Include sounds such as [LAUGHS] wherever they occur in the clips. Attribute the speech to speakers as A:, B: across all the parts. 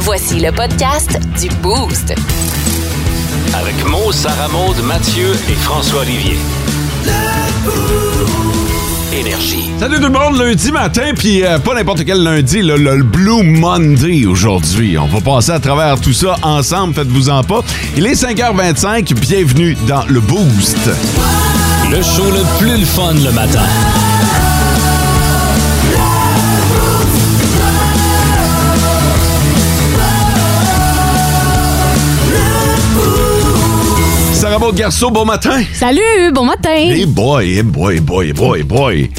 A: Voici le podcast du Boost.
B: Avec Mo, Sarah Maud, Mathieu et François Olivier. Énergie.
C: Salut tout le monde, lundi matin, puis euh, pas n'importe quel lundi, là, le, le Blue Monday aujourd'hui. On va passer à travers tout ça ensemble, faites-vous-en pas. Il est 5h25, bienvenue dans le Boost.
B: Le show le plus le fun le matin.
C: Sarah Maud Garceau, bon matin.
D: Salut, bon
C: Hey
D: matin.
C: boy, hey boy, hey boy, hey boy, hey boy.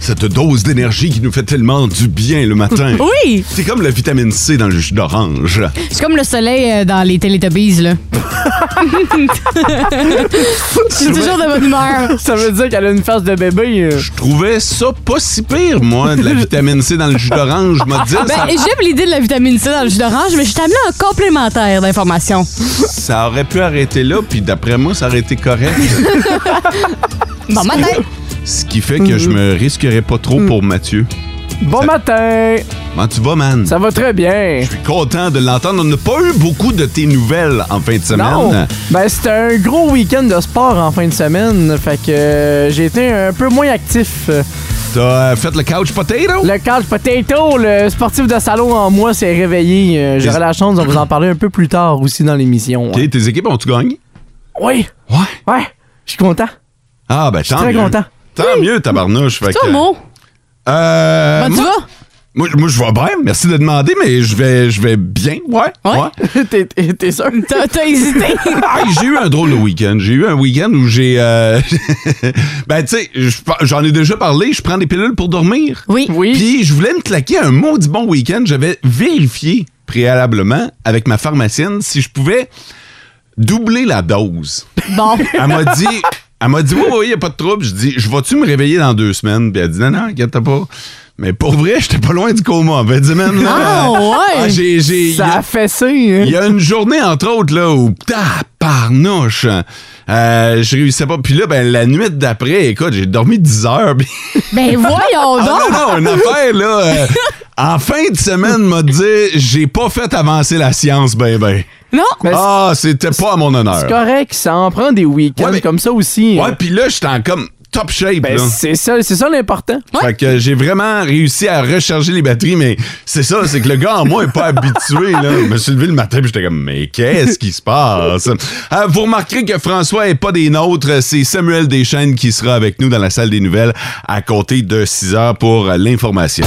C: Cette dose d'énergie qui nous fait tellement du bien le matin.
D: [LAUGHS] Oui,
C: C'est comme la vitamine C dans le jus d'orange.
D: c'est comme le soleil euh, dans les Teletubbies,
C: [LAUGHS]
D: là. Je suis toujours de bonne humeur.
E: [LAUGHS] Ça veut dire qu'elle a une face de bébé. euh.
C: Je trouvais ça pas si pire,
D: [LAUGHS]
C: moi, de la vitamine C dans le jus d'orange. Je me disais,
D: Ben, j'aime l'idée de la vitamine C dans le jus d'orange, mais je t'amène un complémentaire d'informations.
C: ça, ça aurait pu arrêter là, puis d'après moi, ça aurait été
E: [LAUGHS]
C: correct.
D: Bon
C: [LAUGHS]
D: matin.
C: Ce qui fait que je me risquerais pas trop pour Mathieu.
E: Mm-hmm. Mm. Bon matin!
C: Comment tu vas, man?
E: Ça va très bien.
C: Je suis content de l'entendre. On n'a pas eu beaucoup de tes nouvelles en fin de semaine.
E: Non! Ben, c'était un gros week-end de sport en fin de semaine. Fait que euh, j'ai été un peu moins actif.
C: T'as euh, fait le couch potato?
E: Le coach Potato, le sportif de salon en moi, s'est réveillé. Euh, J'aurai la chance de vous en parler un peu plus tard aussi dans l'émission.
C: OK, tes équipes ont-tu gagné?
E: Oui!
C: Ouais.
E: Ouais! Je suis content.
C: Ah, ben, tant
E: très
C: mieux.
E: content.
C: Tant mieux, tabarnouche. Fait
D: Toi,
C: que-
D: Mo,
C: Euh,
E: Ben,
D: comment tu
C: moi,
D: vas?
C: Moi, moi, je vais bien. Merci de demander, mais je vais, je vais bien. Ouais.
D: Ouais.
E: [LAUGHS] T'es- T'es t'es sûr?
D: T'as- T'as
C: [LAUGHS]
D: hésité.
C: Hey, j'ai eu un drôle de week-end. J'ai eu un week-end où j'ai. euh, [LAUGHS] ben, tu sais, je par- j'en ai déjà parlé. Je prends des pilules pour dormir.
D: Oui.
E: Oui.
C: Puis, je voulais me claquer un maudit bon week-end. J'avais vérifié préalablement avec ma pharmacienne si je pouvais doubler la dose.
D: Bon.
C: [LAUGHS] Elle m'a dit. Elle m'a dit, oui, oui, y a pas de trouble. Je dis, je vais-tu me réveiller dans deux semaines? Puis elle dit, non, non, inquiète pas. Mais pour vrai, j'étais pas loin du coma. Elle m'a dit, man, là,
D: Ah,
C: euh,
D: ouais.
C: ah, j'ai, j'ai, y
E: Ça
C: a-
E: a fessé.
C: il
E: hein?
C: y a une journée, entre autres, là, où, tabarnouche, euh, je réussissais pas. Puis là, ben, la nuit d'après, écoute, j'ai dormi 10 heures.
E: [LAUGHS]
C: puis- [LAUGHS]
D: Ben, voyons
C: Ah,
D: donc.
C: non, non, une affaire, là. euh, en fin de semaine, m'a dit, j'ai pas fait avancer la science, ben, ben.
D: Non.
E: Mais
C: Ah, c'était pas à mon
E: C'est
C: honneur.
E: correct, ça en prend des week-ends
C: Ouais, mais-
E: comme ça aussi. hein.
C: Ouais, puis là, j'étais en comme top shape,
E: Ben,
C: là.
E: c'est ça, c'est ça l'important.
C: Fait que j'ai vraiment réussi à recharger les batteries, mais c'est ça, c'est que le gars en moi est pas habitué. Là. Je me suis levé le matin puis j'étais comme, mais qu'est-ce qui se passe? Euh, vous remarquerez que François est pas des nôtres. C'est Samuel Deschênes qui sera avec nous dans la salle des nouvelles à compter de 6 heures pour l'information.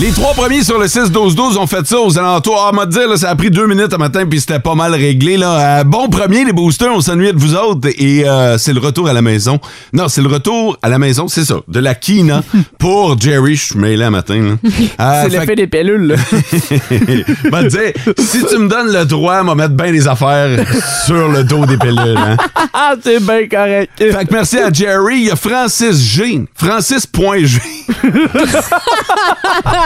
C: Les trois premiers sur le 6-12-12 ont fait ça aux alentours. Ah, m'a dit, là, ça a pris deux minutes à matin puis c'était pas mal réglé. Là. Euh, bon premier, les boosters, on s'ennuyait de vous autres et euh, c'est le retour à la maison. Non, c'est le retour à la maison, c'est ça, de la Kina
E: [LAUGHS]
C: pour Jerry. Je suis mêlé à matin. là. Euh,
E: C'est
C: fait
E: l'effet des pellules. [LAUGHS] là.
C: [LAUGHS] ben, tu sais, si tu me donnes le droit, m'en mettre bien les affaires sur le dos des pellules. Hein?
E: [LAUGHS] ah, c'est bien correct.
C: Fait que merci à Jerry. Il y a Francis G. Francis.g. [LAUGHS]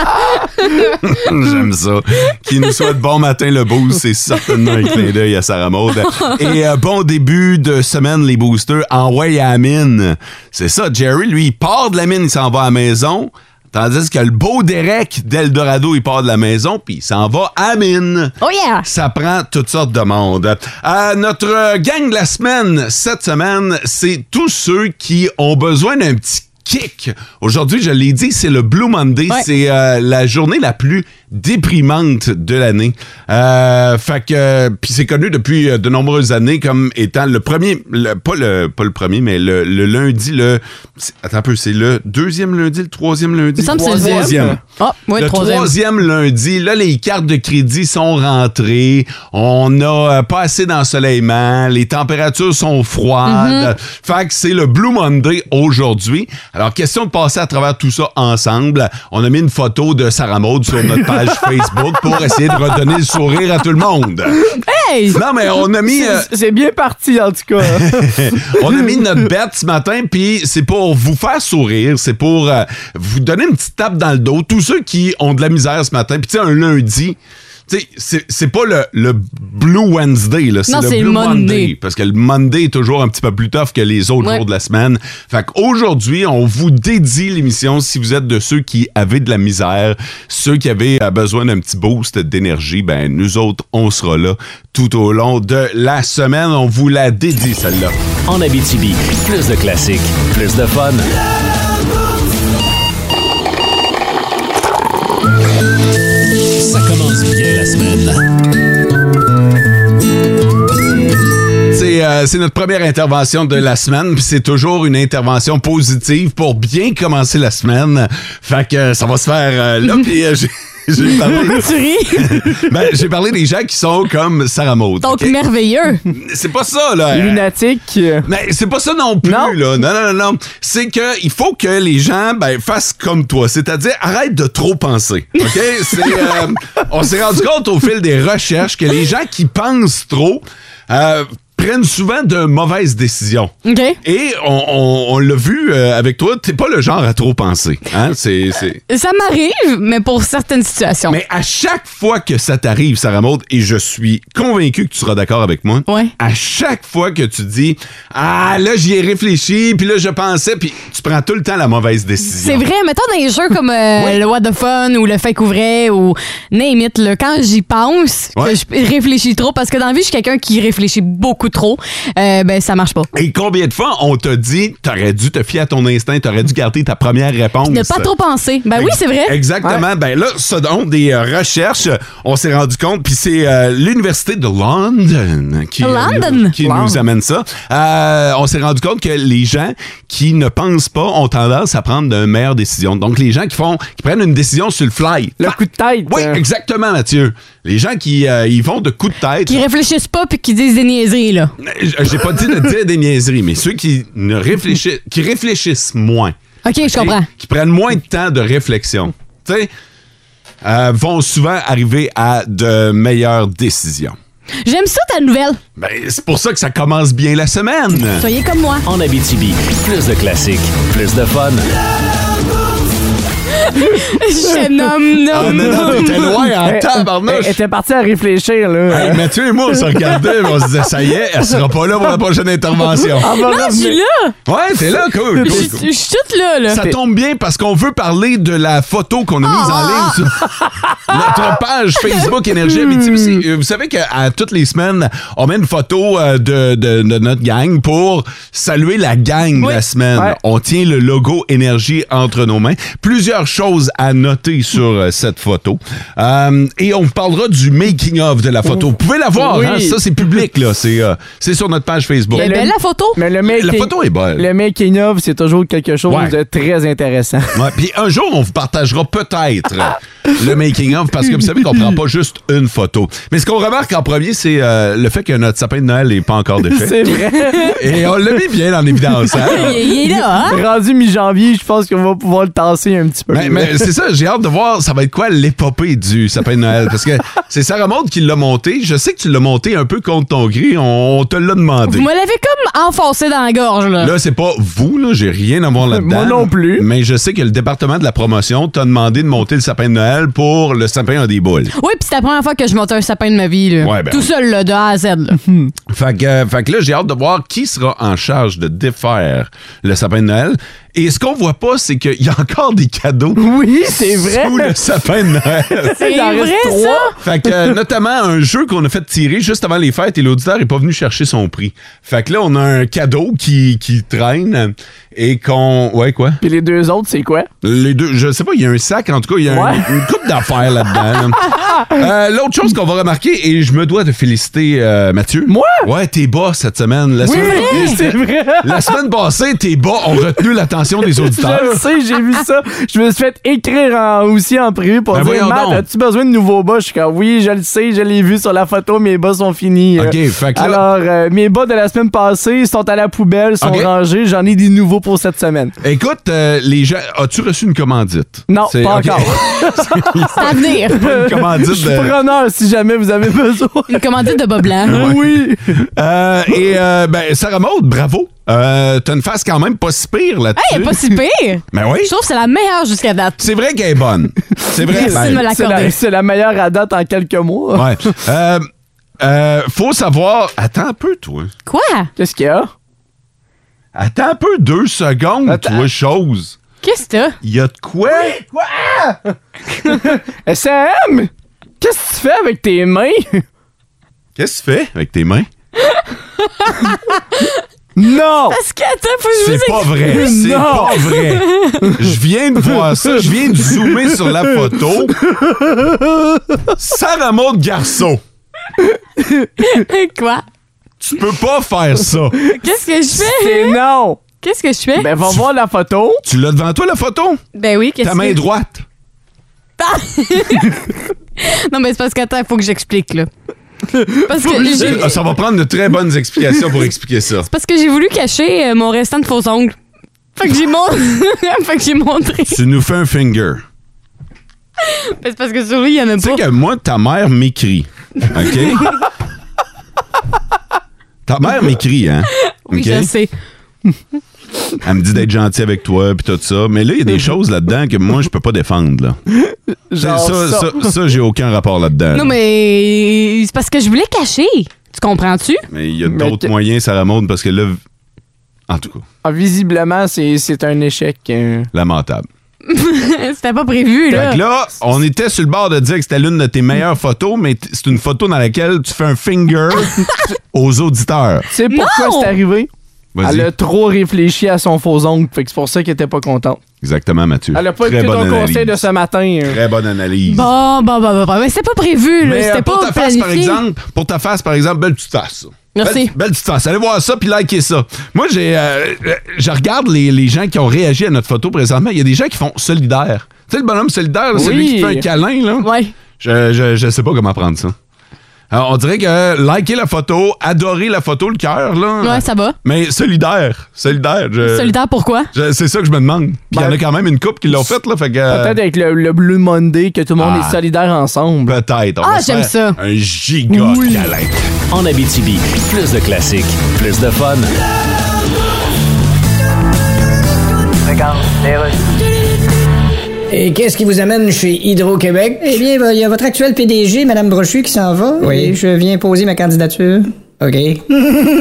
C: J'aime ça. Qui nous souhaite bon matin, le boost. C'est certainement un clin d'œil à Sarah Maud. Et euh, bon début de semaine, les boosters. En way à la mine. C'est ça, Jerry, lui, il part de la mine, il s'en va à la maison. Tandis que le beau Derek d'Eldorado, il part de la maison, puis il s'en va à la mine.
D: Oh yeah.
C: Ça prend toutes sortes de monde. Euh, notre euh, gang de la semaine, cette semaine, c'est tous ceux qui ont besoin d'un petit kick. Aujourd'hui, je l'ai dit, c'est le Blue Monday.
D: Ouais.
C: C'est euh, la journée la plus déprimante de l'année. Euh, fait que, euh, puis c'est connu depuis euh, de nombreuses années comme étant le premier, le- pas, le, pas le premier, mais le, le lundi, le. c'est- Attends un peu, c'est le deuxième lundi, le troisième
D: Il
C: lundi?
D: me semble que c'est le
C: troisième.
D: Ah, ouais,
C: le troisième.
D: troisième.
C: lundi, là, les cartes de crédit sont rentrées. On n'a euh, pas assez d'ensoleillement. Les températures sont
E: Mhm.
C: froides. Fait que c'est le Blue Monday aujourd'hui. Alors, question de passer à travers tout ça ensemble. On a mis une photo de Sarah Maud sur notre
E: [LAUGHS]
C: page Facebook pour essayer de redonner le sourire à tout le monde.
D: Hey!
C: Non, mais on a mis... euh,
E: C'est- C'est bien parti, en tout cas.
C: [LAUGHS] on a mis notre bête ce matin, puis c'est pour vous faire sourire, c'est pour euh, vous donner une petite tape dans le dos. Tous ceux qui ont de la misère ce matin, puis tu sais, un lundi, tu sais, c'est- c'est pas le, le Blue Wednesday, là. C'est
D: Non,
C: le
D: c'est
C: Blue
D: le Monday.
C: Parce que le Monday est toujours un petit peu plus tough que les autres
D: Ouais.
C: jours de la semaine. Fait qu'aujourd'hui, on vous dédie l'émission si vous êtes de ceux qui avaient de la misère, ceux qui avaient euh, besoin d'un petit boost d'énergie. Ben, nous autres, on sera là tout au long de la semaine. On vous la dédie, celle-là.
B: En Abitibi, plus de classiques, plus de fun. Ça commence bien la semaine.
C: C'est euh, c'est notre première intervention de la semaine, puis c'est toujours une intervention positive pour bien commencer la semaine. Fait que euh, ça va se faire
D: [LAUGHS]
C: euh, là, puis euh, j'ai- j'ai parlé,
D: Tu ris?
C: [LAUGHS] ben, j'ai parlé des gens qui sont comme Sarah Maud.
D: Donc,
C: ok?
D: merveilleux.
C: C'est pas ça, là.
E: Lunatique. euh,
C: Mais c'est pas ça non plus,
E: Non?
C: là. Non, non, non, non. C'est que il faut que les gens ben, fassent comme toi. C'est-à-dire, arrête de trop
D: [LAUGHS]
C: penser. OK? C'est, euh, on s'est rendu compte au fil des recherches que les gens qui pensent trop euh, prennent souvent de mauvaises décisions.
D: OK?
C: Et on, on- on l'a vu euh, avec toi, t'es pas le genre à trop penser. Hein? C'est, c'est-
D: Ça m'arrive, mais pour certaines situations.
C: Mais à chaque fois que ça t'arrive, Sarah Maud, et je suis convaincu que tu seras d'accord avec moi,
D: Ouais.
C: à chaque fois que tu dis Ah, là, j'y ai réfléchi, puis là, je pensais, puis tu prends tout le temps la mauvaise
D: C'est
C: décision.
D: vrai, mettons dans les jeux comme euh,
C: Ouais.
D: le What the Fun ou le Fake ou Vrai ou Name It, là, quand j'y pense,
C: Ouais.
D: que je réfléchis trop, parce que dans la vie, je suis quelqu'un qui réfléchit beaucoup trop, euh, ben ça marche pas.
C: Et combien de fois on t'a dit T'aurais dû te fier à ton instinct, t'aurais dû garder ta première réponse
D: Ne pas trop penser. Ben oui, c'est vrai.
C: Exactement. Ben là, selon des euh, recherches, euh, on s'est rendu compte, puis c'est euh, l'Université de London qui, euh,
D: London.
C: nous- qui
E: London.
C: nous amène ça. Euh, on s'est rendu compte que les gens qui ne pensent pas ont tendance à prendre de meilleures décisions. Donc, les gens qui font, qui prennent une décision sur le fly.
E: Le
C: Fa-
E: coup de tête,
C: Oui,
E: euh.
C: exactement, Mathieu. Les gens qui euh, ils font de coups de tête.
D: Qui réfléchissent pas puis qui disent des niaiseries, là.
C: J- J'ai pas dit de dire des niaiseries, mais ceux qui ne réfléchissent, qui réfléchissent moins.
D: OK, je comprends.
C: Qui prennent moins de temps de réflexion. Tu sais, euh, vont souvent arriver à de meilleures décisions.
D: J'aime ça ta nouvelle.
C: Ben, c'est pour ça que ça commence bien la semaine.
D: Soyez comme moi.
B: En Abitibi, plus de classiques, plus de fun.
D: je nomme,
C: Ah, mais non,
D: nomme.
C: t'étais loin en
E: elle-
C: tabarnouche.
E: Elle était partie à réfléchir, là.
C: Hey, Mathieu et moi, on se regardait, mais on se disait, ça y est, elle sera pas là pour la prochaine intervention.
D: Non,
E: va
D: je
E: revenir.
D: suis là.
C: Ouais, t'es là, cool.
D: Je
C: cool,
D: suis
C: cool.
D: je suis toute là, là. Ah,
C: Ça tombe bien parce qu'on veut parler de la photo qu'on a mise en ligne sur notre page Facebook Énergie
D: Hmm.
C: Abitibi. C'est- euh, Vous savez qu'à toutes les semaines, on met une photo euh, de, de- de notre gang pour saluer la gang de la semaine.
E: Ouais.
C: On tient le logo Énergie entre nos mains. Plusieurs choses à noter sur euh, cette photo. Euh, et on vous parlera du making-of de la photo. Vous pouvez la voir,
E: Oui.
C: hein? ça c'est public, là. C'est euh, c'est sur notre page Facebook.
D: Elle est
E: le-
D: belle, la photo.
E: Mais le
C: La
E: making-
C: photo est bonne.
E: Le making of, c'est toujours quelque chose
C: Ouais.
E: de très intéressant. [LAUGHS]
C: Ouais, puis un jour, on vous partagera peut-être euh, le making-of parce que vous savez qu'on prend pas juste une photo. Mais ce qu'on remarque en premier, c'est euh, le fait que notre sapin de Noël n'est pas encore défait.
E: C'est vrai.
C: [LAUGHS] Et on l'a mis bien en évidence. hein?
D: Il, il est là, hein?
E: Rendu mi-janvier, je pense qu'on va pouvoir le tasser un petit peu.
C: Mais, mais c'est
E: [LAUGHS]
C: ça, j'ai hâte de voir ça va être quoi l'épopée du sapin de Noël. Parce que c'est Sarah Maud qui l'a monté. Je sais que tu l'as monté un peu contre ton gré. On te l'a demandé.
D: Vous me l'avez comme enfoncé dans la gorge, là.
C: Là, c'est pas vous, là, j'ai rien à voir là-dedans.
E: Moi non plus.
C: Mais je sais que le département de la promotion t'a demandé de monter le sapin de Noël pour le sapin à des boules.
D: Oui, puis c'est la première fois que je monte un sapin de ma vie, là.
C: Ouais, ben
D: Tout
C: oui.
D: seul, là, de A à Z,
E: [LAUGHS]
D: là.
C: Fait que, euh, fait que là, j'ai hâte de voir qui sera en charge de défaire le sapin de Noël. Et ce qu'on voit pas, c'est qu'il y a encore des cadeaux
E: [LAUGHS] Oui, c'est vrai.
C: sous le sapin de
E: [LAUGHS]
C: Noël.
D: C'est
E: Il en reste
D: vrai,
E: trois.
D: ça?
C: Fait que,
E: [LAUGHS]
C: euh, notamment, un jeu qu'on a fait tirer juste avant les fêtes et l'auditeur est pas venu chercher son prix. Fait que là, on a un cadeau qui, qui traîne et qu'on... Ouais, quoi?
E: Puis les deux autres, c'est quoi?
C: Les deux, je sais pas, il y a un sac, en tout cas, il y a un-
E: Ouais.
C: une coupe d'affaires
E: [LAUGHS]
C: là-dedans. là. Euh, L'autre chose qu'on va remarquer, et je me dois de féliciter euh, Mathieu.
E: Moi?
C: Ouais, t'es bas cette semaine. La semaine,
E: c'est vrai.
C: la semaine passée, tes bas ont retenu l'attention des auditeurs.
E: Je le sais, j'ai vu ça. Je me suis fait écrire en- aussi en privé pour
C: Ben
E: dire
C: voyons
E: Matt,
C: donc.
E: as-tu besoin de nouveaux bas? Je suis comme oui, je le sais, je l'ai vu sur la photo, mes bas sont finis.
C: Ok,
E: Euh,
C: fait que là-
E: Alors, euh, mes bas de la semaine passée sont à la poubelle, sont
C: Ok.
E: rangés, j'en ai des nouveaux pour cette semaine.
C: Écoute, euh, les gens, as-tu reçu une commandite?
E: Non,
C: C'est- ok.
E: pas [LAUGHS] encore.
D: C'est à
C: [LAUGHS]
D: venir.
C: Comment
E: Je
C: dire
E: suis
C: de-
E: preneur si jamais vous avez besoin.
D: Une commandite de Bob Blanc.
E: [LAUGHS] Oui.
C: [LAUGHS] Euh, et euh, ben, Sarah Maud, bravo. Euh, T'as une face quand même pas si pire là-dessus.
D: Hey, elle est pas si pire.
C: Mais oui.
D: Je trouve que c'est la meilleure jusqu'à date.
C: C'est vrai qu'elle est bonne. C'est vrai.
D: Merci
C: Ben,
D: de me
E: C'est la,
D: l'accorder.
E: c'est la meilleure à date en quelques mois.
C: ouais. Euh, euh, faut savoir. Attends un peu, toi.
D: Quoi?
E: Qu'est-ce qu'il y a?
C: Attends un peu deux secondes, toi, chose.
D: Qu'est-ce que t'as?
C: Il y a de quoi?
E: [LAUGHS] SM? Qu'est-ce que tu fais avec tes mains? [LAUGHS]
C: Qu'est-ce que tu fais avec tes mains?
E: Non!
D: Parce que t'as pas
C: C'est pas vrai. C'est
E: [LAUGHS] Non.
C: pas vrai. Je viens de voir ça. Je viens de zoomer sur la photo. Sarah Maud Garceau,
D: Quoi?
C: tu peux pas faire ça.
D: Qu'est-ce que je fais?
E: C'est non!
D: Qu'est-ce que je fais?
E: Ben, va voir la photo.
C: Tu l'as devant toi, la photo?
D: Ben oui, qu'est-ce
C: Ta
D: que
C: main droite.
D: [LAUGHS] Non, mais c'est parce qu'attends, faut que j'explique, là. Parce que j'ai-
C: Ah, Ça va prendre de très bonnes explications pour expliquer ça.
D: parce que j'ai voulu cacher euh, mon restant de faux ongles. Fait que j'ai mon... [LAUGHS] fait que j'ai montré.
C: Tu nous fais un finger.
D: Ben, C'est parce que sur lui, il y en a
C: Tu
D: pas.
C: sais que moi, ta mère m'écrit.
D: [LAUGHS]
C: OK? ta mère m'écrit, hein?
D: Oui,
C: OK?
D: je sais.
C: Elle me dit d'être gentil avec toi, puis tout ça. Mais là, il y a des choses là-dedans que moi, je peux pas défendre, là. Ça,
E: Genre
C: ça,
E: ça.
C: ça, euh, j'ai aucun rapport là-dedans.
D: Non,
C: là.
D: mais c'est parce que je voulais cacher. Tu comprends-tu? [LAUGHS]
C: Mais il y a d'autres
E: que-
C: moyens, ça remonte, parce que là... En tout cas,
E: Ah, visiblement, c'est c'est un échec. euh.
C: lamentable.
D: C'était pas prévu,
C: Fait
D: là.
C: que là, on était sur le bord de dire que c'était l'une de tes meilleures photos, mais t- c'est une photo dans laquelle tu fais
D: [LAUGHS]
C: un finger aux auditeurs.
E: Tu sais pourquoi
D: Non!
E: c'est arrivé? Elle
C: Vas-y.
E: a trop réfléchi à son faux ongle. Fait que c'est pour ça qu'elle était pas contente.
C: Exactement, Mathieu.
E: Elle a pas
C: Très
E: écouté
C: bonne
E: ton
C: analyse.
E: conseil de ce matin. euh.
C: Très bonne analyse.
D: Bon, bon, bon, bon, bon. bah, Mais c'était pas prévu, là.
C: Mais euh,
D: C'était
C: pour
D: pas
C: ta face,
D: planifié.
C: par exemple, pour ta face, par exemple, belle petite face. ça.
D: Merci.
C: Belle, belle petite face. Allez voir ça puis likez ça. Moi, j'ai, euh, euh, je regarde les, les gens qui ont réagi à notre photo présentement. Il y a des gens qui font solidaire. Tu sais, le bonhomme solidaire, là, celui
E: Oui.
C: qui te fait un câlin, là.
D: Ouais.
C: Je, je, je sais pas comment prendre ça. Alors, on dirait que liker la photo, adorer la photo, le cœur, là.
D: Ouais, ça va.
C: Mais solidaire. Solidaire. je-
D: Solidaire, Euh,
E: Euh,
D: pourquoi?
C: je- c'est ça que je me demande. Puis il y en
E: Ben,
C: a quand même une coupe qui l'ont faite, là. Fait que. euh,
E: Peut-être avec le, le Blue Monday que tout le monde
C: Ah.
E: est solidaire ensemble.
C: Peut-être. On
D: Ah,
C: va se
D: j'aime
C: faire
D: ça.
C: Un giga câlin.
B: En Abitibi, plus de classiques, plus de fun.
F: Et qu'est-ce qui vous amène chez Hydro-Québec? Eh bien, ben, il y a votre actuel PDG, Mme Brochu, qui s'en va. Oui. je viens poser ma candidature. [LAUGHS] OK.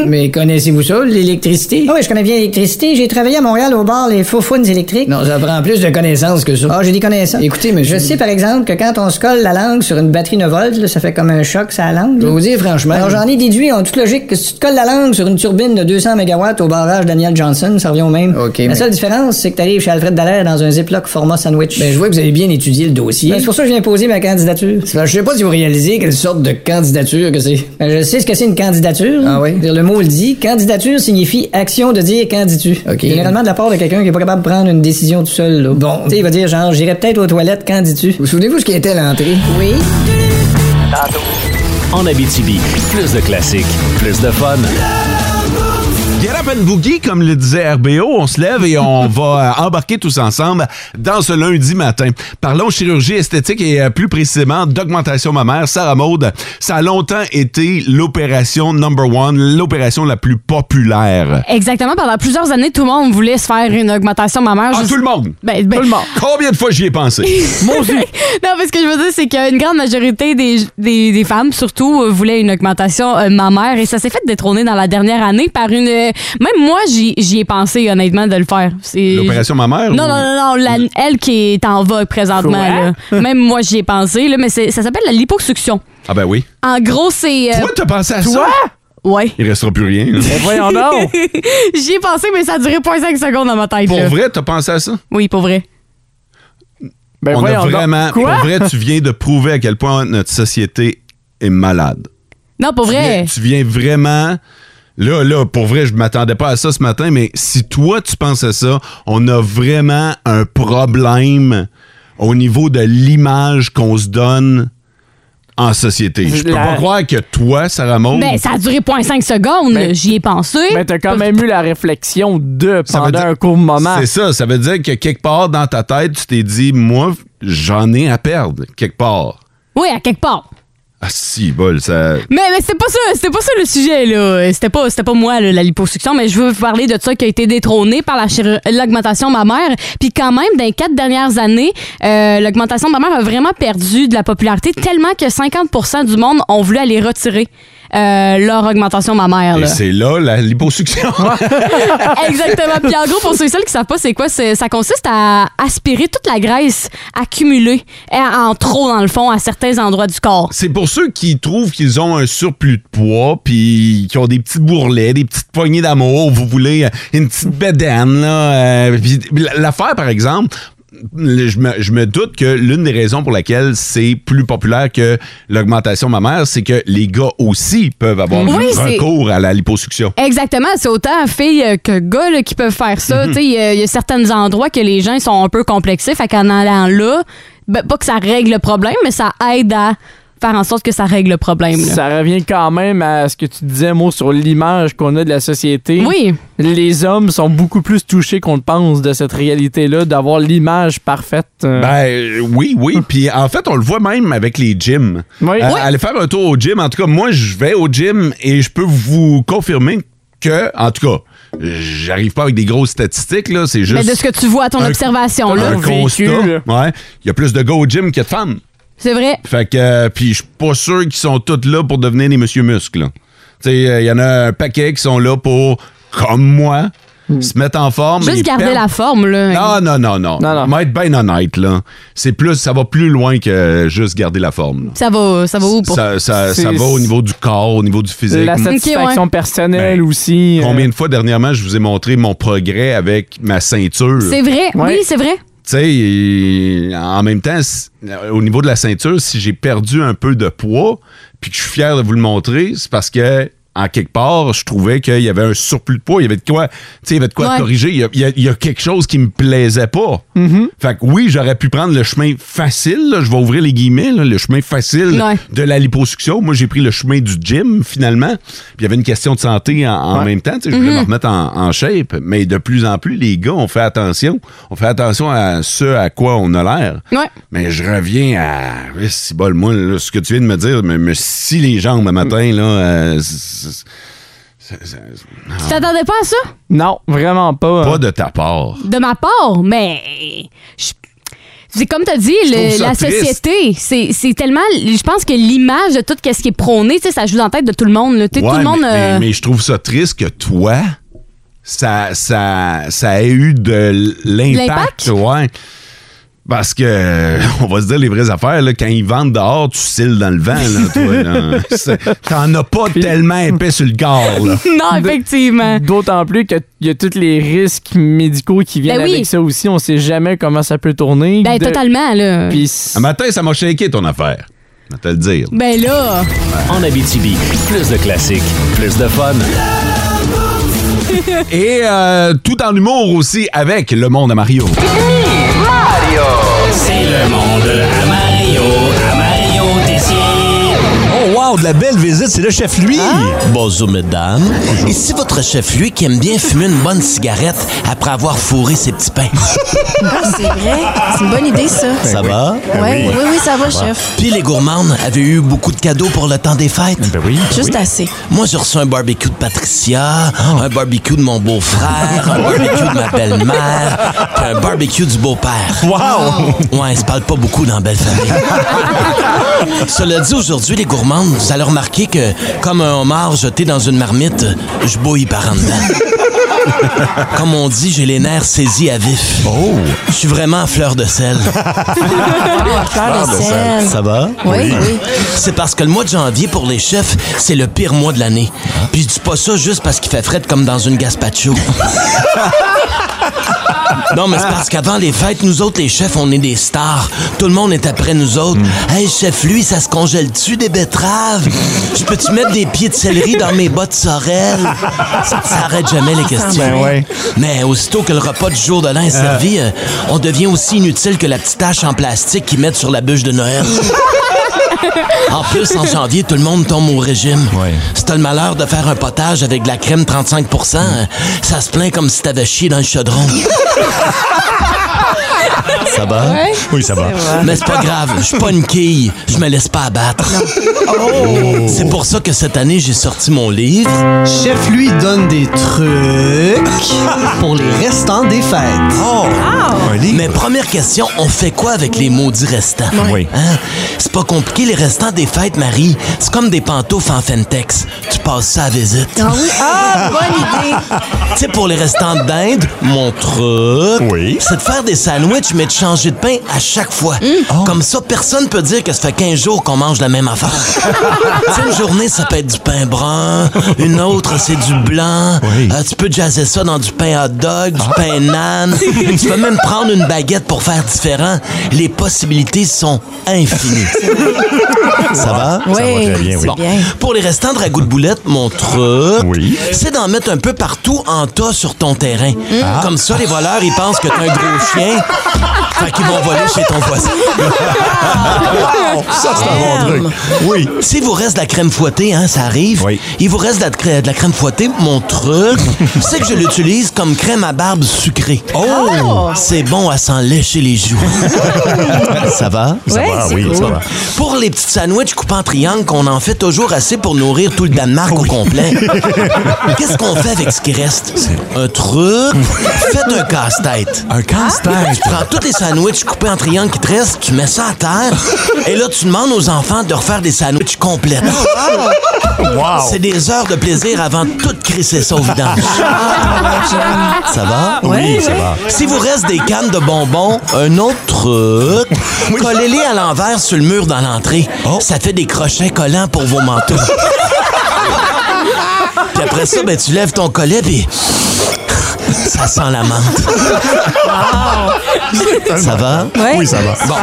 F: Mais connaissez-vous ça, l'électricité? Ah oui, je connais bien l'électricité. J'ai travaillé à Montréal au bar Les Faufounes électriques. Non, ça prend plus de connaissances que ça. Ah, j'ai des connaissances. Écoutez, monsieur. Je sais, par exemple, que quand on se colle la langue sur une batterie 9 volts, là, ça fait comme un choc, sa langue. Je vous dire, franchement. Alors, j'en ai déduit, en toute logique, que si tu te colles la langue sur une turbine de 200 MW au barrage Daniel Johnson, ça revient au même. OK. La seule différence, c'est que t'arrives chez Alfred Dallaire dans un Ziploc format sandwich. Ben, je vois que vous avez bien étudié le dossier. Ben, c'est pour ça que je viens poser ma candidature. je sais pas si vous réalisez quelle sorte de candidature que c'est. Ben, je sais ce que c'est une candidature. Ah oui? Le mot le dit. Candidature signifie action de dire candidu. OK. Généralement de la part de quelqu'un qui est pas capable de prendre une décision tout seul, là. Bon. Tu sais, il va dire genre, j'irai peut-être aux toilettes, candidu. Vous souvenez-vous ce qui était l'entrée? Oui.
B: En Abitibi, plus de classiques, plus de
C: [LAUGHS]
B: fun.
C: Get up and boogie, comme le disait RBO, on se lève et on va euh, embarquer tous ensemble dans ce lundi matin. Parlons chirurgie esthétique et euh, plus précisément d'augmentation mammaire. Sarah Maud, ça a longtemps été l'opération number one, l'opération la plus populaire.
D: Exactement. Pendant plusieurs années, tout le monde voulait se faire une augmentation mammaire.
C: Ah,
D: Juste-
C: tout le monde!
D: Ben, ben-
E: Tout le monde.
C: Combien de fois j'y ai
E: [LAUGHS]
C: pensé? [LAUGHS]
E: Mon Dieu.
D: Non, mais ce que je veux dire, c'est qu'une grande majorité des, des, des femmes, surtout, euh, voulaient une augmentation euh, mammaire et ça s'est fait détrôner dans la dernière année par une. euh, même moi, j'y j'y ai pensé, honnêtement, de le faire. C'est-
C: L'opération mammaire?
D: Non,
C: ou-
D: non, non, non, la- elle qui est en vogue présentement.
E: Quoi?
C: [LAUGHS]
D: là. Même moi, j'y ai pensé, là, mais c'est- ça s'appelle la liposuction.
C: Ah ben oui.
D: En gros, c'est. euh,
C: Toi, t'as pensé à ça?
E: Toi?
D: ouais.
C: Il restera plus rien. hein. là.
E: Ben, voyons donc.
D: [LAUGHS] J'y ai pensé, mais ça a duré 0.5 secondes dans ma tête.
C: Pour
D: là.
C: vrai, t'as pensé à ça?
D: Oui, pour vrai.
E: Ben,
C: on a
E: voyons donc.
C: vraiment...
E: Quoi?
C: Pour vrai, tu viens de prouver à quel point notre société est malade.
D: Non, pour vrai.
C: Tu viens, tu viens vraiment. Là, là, pour vrai, je m'attendais pas à ça ce matin, mais si toi, tu penses à ça, on a vraiment un problème au niveau de l'image qu'on se donne en société. Je peux
E: La-
C: pas croire que toi, Sarah Maud,
D: Mais Ben, ça a duré 0.5 secondes,
C: Ben.
E: Mais-
D: j'y ai pensé.
E: Mais t'as quand même eu la réflexion de
C: Ça veut
E: pendant
C: dire-
D: ah.
E: un court moment.
C: C'est ça, ça veut dire que quelque part dans ta tête, tu t'es dit, moi, j'en ai à perdre quelque part.
D: Oui, à quelque part.
C: Ah si, bol, ça...
D: Mais, mais c'était pas ça, c'était pas ça le sujet là. C'était pas, c'était pas moi là, la liposuction, mais je veux vous parler de ça qui a été détrôné par la chiru- l'augmentation mammaire. Puis quand même, dans les quatre dernières années, euh, l'augmentation mammaire a vraiment perdu de la popularité tellement que 50% du monde ont voulu aller retirer euh, leur augmentation mammaire.
C: Et
D: Là.
C: c'est là la
D: [LAUGHS]
C: liposuction. [LAUGHS]
D: Exactement. Puis en gros, pour ceux et celles qui savent pas c'est quoi, c'est- ça consiste à aspirer toute la graisse accumulée euh, en trop dans le fond à certains endroits du corps.
C: C'est pour ceux qui trouvent qu'ils ont un surplus de poids, puis qui ont des petits bourrelets, des petites poignées d'amour, vous voulez euh, une petite bédaine. Là, euh, puis l- L'affaire, par exemple, le- je me, je me doute que l'une des raisons pour laquelle c'est plus populaire que l'augmentation mammaire, c'est que les gars aussi peuvent avoir
D: Oui, c'est-
C: recours à la liposuction.
D: Exactement, c'est autant filles euh, que gars là, qui peuvent faire ça.
C: Mhm.
D: Tu sais, Il y, a- il y a certains endroits que les gens sont un peu complexés, fait qu'en allant là, ben, pas que ça règle le problème, mais ça aide à faire en sorte que ça règle le problème. là.
E: Ça revient quand même à ce que tu disais, mot sur l'image qu'on a de la société.
D: Oui,
E: Les hommes sont beaucoup plus touchés qu'on le pense de cette réalité-là, d'avoir l'image parfaite. euh.
C: Ben euh, oui,
D: Hum.
C: oui. Puis en fait, on le voit même avec les gyms.
E: Oui.
C: Euh,
E: Oui.
C: Allez faire un tour au gym. En tout cas, moi, je vais au gym et je peux vous confirmer que, en tout cas, j'arrive pas avec des grosses statistiques, là. C'est
D: mais
C: juste.
D: Ben, de ce que tu vois à ton
C: un-
D: observation, là,
C: un
E: Ton
C: constat.
E: vécu, là.
C: Ouais. Il y a plus de gars au gym que de femmes.
D: c'est vrai.
C: Fait que, euh, puis je suis pas sûr qu'ils sont tous là pour devenir des monsieur muscles. là. Tu sais, il y en a un paquet qui sont là pour, comme moi, se mettre en forme. et
D: Hmm. Juste garder
C: perdre-
D: la forme, là.
C: non, non, non, non.
E: Non, non.
C: Mais être bien honnête, là. C'est plus, ça va plus loin que juste garder la forme. là.
D: Ça va, ça va où pour
C: Ça, ça- ça
E: C'est-
C: va au niveau du corps, au niveau du physique.
E: La
C: M-
E: satisfaction personnelle
C: Ben,
E: aussi. euh.
C: Combien de fois dernièrement je vous ai montré mon progrès avec ma ceinture?
D: C'est vrai,
E: Ouais.
D: oui, c'est vrai.
C: Tu sais, et en même temps, c- euh, au niveau de la ceinture, si j'ai perdu un peu de poids, puis que je suis fier de vous le montrer, c'est parce que, en quelque part, je trouvais qu'il y avait un surplus de poids, il y avait de quoi, tu sais, il y avait de quoi
D: Ouais.
C: corriger, il y a- il y, a, il y a quelque chose qui me plaisait pas.
G: Mm-hmm.
C: Fait que oui, j'aurais pu prendre le chemin facile, là, je vais ouvrir les guillemets, là, le chemin facile
D: Ouais.
C: de la liposuction. Moi, j'ai pris le chemin du gym, finalement, puis il y avait une question de santé en, en
E: Ouais.
C: même temps, tu sais, je voulais me remettre en, en shape, mais de plus en plus, les gars, on fait attention. On fait attention à ce à quoi on a l'air.
D: Ouais.
C: Mais je reviens à... eh, Si bol, moi, là, ce que tu viens de me dire, mais, mais si les jambes le matin, là... euh, c'est- c'est- c'est- Ah.
D: Tu t'attendais pas à ça?
E: Non, vraiment pas. hein.
C: pas de ta part.
D: de ma part, mais je- c'est comme tu as dit, le-
C: trouve ça
D: la
C: triste.
D: société, c'est c'est tellement. Je pense que l'image de tout ce qui est prôné, tu sais, ça joue dans la tête de tout le monde. là. Tu sais,
C: Ouais,
D: tout le
C: mais-
D: monde.
C: mais,
D: euh,
C: mais je trouve ça triste que toi, ça, ça, ça a eu de l'impact.
D: L'impact?
C: Ouais. Parce que, [LAUGHS] on va se dire les vraies affaires, là, quand ils vendent dehors, tu cils dans le vent. là, toi,
D: [LAUGHS]
C: là. C'est- T'en as pas tellement épais sur le corps. là.
D: non, effectivement.
E: D'autant plus qu'il y a tous les risques médicaux qui viennent
D: Ben oui.
E: avec ça aussi. On sait jamais comment ça peut tourner.
D: Ben,
E: De-
D: totalement, là.
E: Puis
C: Un matin, ça m'a shaké ton affaire. Je vais te le dire.
D: Ben là,
B: En Abitibi, plus de classiques, plus de fun.
C: Et euh, tout en humour aussi avec Le Monde à Mario.
B: C'est le monde à Mario, à Mario Tessier.
H: Oh wow, de la belle visite, c'est le chef lui.
D: Ah.
H: Bonjour mesdames. Ici votre chef lui qui aime bien fumer une bonne cigarette après avoir fourré ses petits pains.
I: Ah, C'est vrai, c'est une bonne idée ça.
H: Ça
G: Ben
H: va?
I: Ouais, Ben oui, oui, ça va, chef.
H: Puis les gourmandes avaient eu beaucoup de cadeaux pour le temps des fêtes.
I: Ben Juste assez.
H: Moi, j'ai reçu un barbecue de Patricia,
I: Ah.
H: un barbecue de mon beau-frère, un barbecue de ma belle-mère, puis un barbecue du beau-père. Wow! Ouais, ils se parlent pas beaucoup dans Belle Famille. [LAUGHS] Cela dit, aujourd'hui, les gourmandes, ça leur marquait que, comme un homard jeté dans une marmite, je bouille par en dedans. [LAUGHS] Comme on dit, j'ai les nerfs saisis à vif. Oh! Je suis vraiment à fleur
I: [LAUGHS]
H: de sel.
I: Ah, Fleur de sel.
H: Ça va?
I: Oui, oui.
H: C'est parce que le mois de janvier, pour les chefs, c'est le pire mois de l'année. Puis je dis pas ça juste parce qu'il fait fret comme dans une gaspacho. Non, mais c'est parce qu'avant les fêtes, nous autres, les chefs, on est des stars. Tout le monde est après nous autres. Hey, chef, lui, ça se congèle-tu des betteraves? Je peux-tu mettre des pieds de céleri dans mes bottes sorel? Ça ça arrête jamais les questions. Mais aussitôt que le repas du jour de l'an est servi, euh, on devient aussi inutile que la petite tache en plastique qu'ils mettent sur la bûche de Noël. En plus, en janvier, tout le monde tombe au régime. Si t'as le malheur de faire un potage avec de la crème 35 euh, ça se plaint comme si t'avais chié dans le chaudron.
G: Ça va?
J: Ouais.
G: Oui, ça va.
H: Mais c'est pas grave, je suis pas une quille, je me laisse pas abattre.
F: Oh.
H: C'est pour ça que cette année, j'ai sorti mon livre.
F: Chef lui donne des trucs pour les restants des fêtes. Ah.
G: Oh! Un livre?
H: Mais première question, on fait quoi avec les maudits restants?
G: Oui.
H: Hein? C'est pas compliqué, les restants des fêtes, Marie. C'est comme des pantoufles en Fentex. Tu passes ça à visite.
J: Ah oui? Ah, bonne
C: [LAUGHS]
J: idée!
H: Tu sais, pour les restants de d'Inde, mon truc,
G: Oui.
H: c'est de faire des sandwichs, mais de changer de pain à chaque fois.
G: Oh.
H: Comme ça, personne peut dire que ça fait 15 jours qu'on mange la
G: [LAUGHS]
H: même affaire. tu sais, une journée, ça peut être du pain brun, une autre, c'est du blanc.
G: Oui. Ah.
H: Euh, tu peux jazzer ça dans du pain hot dog, du pain nan.
G: [LAUGHS]
H: tu peux même prendre une baguette pour faire différent. Les possibilités sont infinies.
G: Ça va? Ça va
J: Oui,
G: très bien, oui.
J: c'est bien.
H: Pour les restants de ragoût de boulette, mon truc,
G: Oui.
H: c'est d'en mettre un peu partout en tas sur ton terrain.
G: Ah.
H: Comme ça, les voleurs, ils pensent que t'es un gros chien. Fait qu'ils vont voler chez ton voisin.
C: [LAUGHS]
G: Ça, c'est un bon truc. Oui.
H: S'il vous reste de la crème fouettée, hein, ça arrive.
G: Oui.
H: Il vous reste de la, crè- de la crème fouettée,
G: [LAUGHS]
H: mon truc, c'est que je l'utilise comme crème à barbe sucrée.
G: Ah,
H: Oh! C'est bon à s'en lécher les joues.
G: [LAUGHS] Ça va? Ça
J: Ouais,
G: va,
J: c'est
G: oui,
J: cool.
G: ça va.
H: Pour les petites sandwichs coupés en triangle qu'on en fait toujours assez pour nourrir tout le Danemark
G: [LAUGHS]
H: au complet. Qu'est-ce qu'on fait avec ce qui reste?
G: [LAUGHS]
H: Un truc? Faites un casse-tête.
G: Un casse-tête.
H: Tu prends tous les sandwichs coupés en triangle qui te restent, tu mets ça à terre, et là, tu demandes aux enfants de refaire des sandwichs complètes.
G: Wow!
H: C'est des heures de plaisir avant de tout crisser ça au vidange. [LAUGHS] Ça va?
G: Oui, ça va.
H: Si vous reste des cannes de bonbons, un autre
G: [LAUGHS]
H: truc, collez-les à l'envers sur le mur dans l'entrée.
G: Oh.
H: Ça fait des crochets collants pour
G: [LAUGHS]
H: vos manteaux. puis après ça, ben, tu lèves ton collet, puis [LAUGHS] ça sent la menthe. Ça va?
G: Oui, ça va.
H: Bon,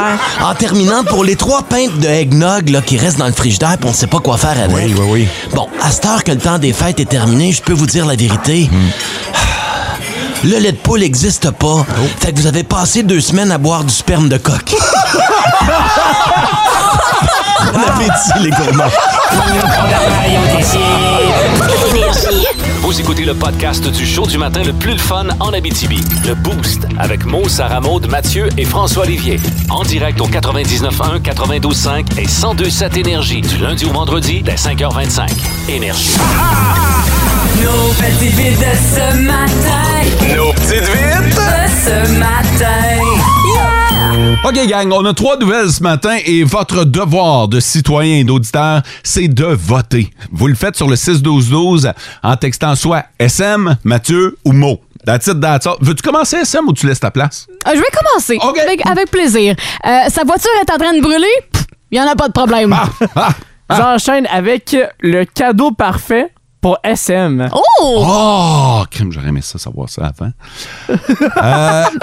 H: en terminant, pour les trois pintes de eggnog là, qui restent dans le frigidaire, puis on ne sait pas quoi faire avec.
G: Oui, oui, oui.
H: Bon, à cette heure que le temps des fêtes est terminé, je peux vous dire la vérité.
G: Hmm.
H: Le lait de poule n'existe pas. Fait que vous avez passé deux semaines à boire du sperme de coq.
G: Bon appétit, les gourmands.
B: Vous écoutez le podcast du show du matin le plus le fun en Abitibi. Le Boost avec Mo, Sarah Maud, Mathieu et François Olivier. En direct au 99.1, 92.5 et 102.7 Énergie du lundi au vendredi dès 5h25. Énergie.
K: Nos petites vites de ce matin.
B: Nos petites vites!
K: De ce matin. Yeah!
C: OK, gang, on a trois nouvelles ce matin et votre devoir de citoyen et d'auditeur, c'est de voter. Vous le faites sur le 6-12-12 en textant soit SM, Mathieu ou Mo. That's it, that's all. Veux-tu commencer SM ou tu laisses ta place?
D: Euh, je vais commencer.
C: OK.
D: Avec, avec plaisir. Euh, sa voiture est en train de brûler. Il n'y en a pas de problème.
C: Ah!
D: [LAUGHS]
E: J'enchaîne avec le cadeau parfait pour SM.
D: Oh!
C: Oh! Crime, j'aurais aimé ça savoir ça
D: [LAUGHS]
C: avant. Euh, [LAUGHS]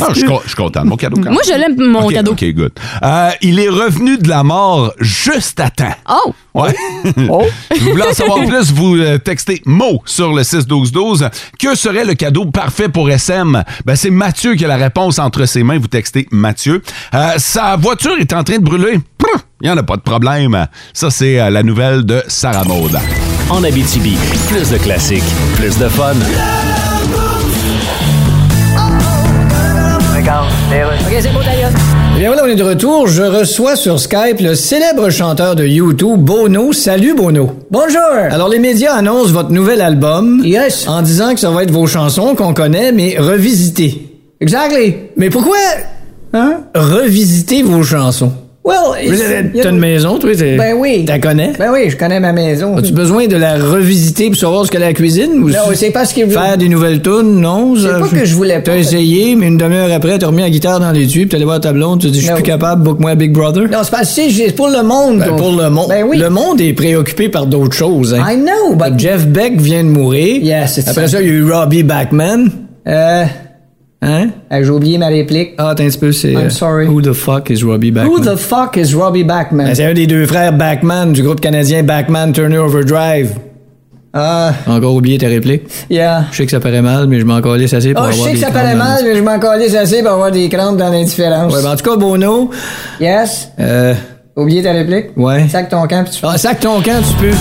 C: non, je suis con- je suis content de mon cadeau quand même.
D: Moi, je l'aime, mon
C: Ok,
D: cadeau.
C: OK, good. Euh, il est revenu de la mort juste à temps.
D: Oh!
C: Ouais. [LAUGHS]
E: Oh.
C: Si vous voulez en savoir plus, vous euh, textez mot sur le 6-12-12. Que serait le cadeau parfait pour SM? Ben, c'est Mathieu qui a la réponse entre ses mains. Vous textez Mathieu. Euh, sa voiture est en train de brûler. Prrr, Il n'y en a pas de problème. Ça, c'est euh, la nouvelle de Sarah Maud.
B: En Abitibi, plus de classiques, plus de fun.
L: Eh bien voilà, on est de retour. Je reçois sur Skype le célèbre chanteur de YouTube, Bono. Salut Bono. Bonjour. Alors les médias annoncent votre nouvel album. Yes. En disant que ça va être vos chansons qu'on connaît, mais revisitées. Exactly. Mais pourquoi Hein Revisiter vos chansons. Well, t'as une maison, toi, Ben oui. T'as connais? Ben oui, je connais ma maison. As-tu besoin de la revisiter pour savoir ce qu'elle a la cuisine? Ou Mmh. non, c'est pas ce qu'il veut. Faire des nouvelles tunes, non? C'est pas que je voulais pas. T'as essayé, mais une demi-heure après, t'as remis la guitare dans les tubes, t'es allé voir ta blonde, tu dis, je suis plus capable, book-moi Big Brother. Non, c'est pas si, c'est pour le monde. pour le monde. Ben oui. Le monde est préoccupé par d'autres choses, hein. I know, but... Jeff Beck vient de mourir. Après ça, il y a eu Robbie Backman. Euh... Hein? J'ai oublié ma réplique. Ah, t'as un petit peu, c'est. I'm sorry. Who the fuck is Robbie Backman? Who the fuck is Robbie Backman? Ben,
F: Ben,
L: c'est un des deux frères Backman du groupe canadien Backman Turner Overdrive. Ah. Encore oublié ta réplique? Yeah. Je sais que ça paraît mal, mais je m'en calisse assez pour
F: Ah, je
L: avoir
F: sais que
L: des
F: ça paraît
L: crampes dans
F: mal,
L: les-
F: mais je m'en calisse assez pour avoir des crampes dans l'indifférence.
L: Ouais, ben, en tout cas, Bono. Yes. Euh.
F: Oubliez ta réplique.
L: Ouais.
F: Sac ton camp, puis tu
L: Ah, sac ton camp, tu peux.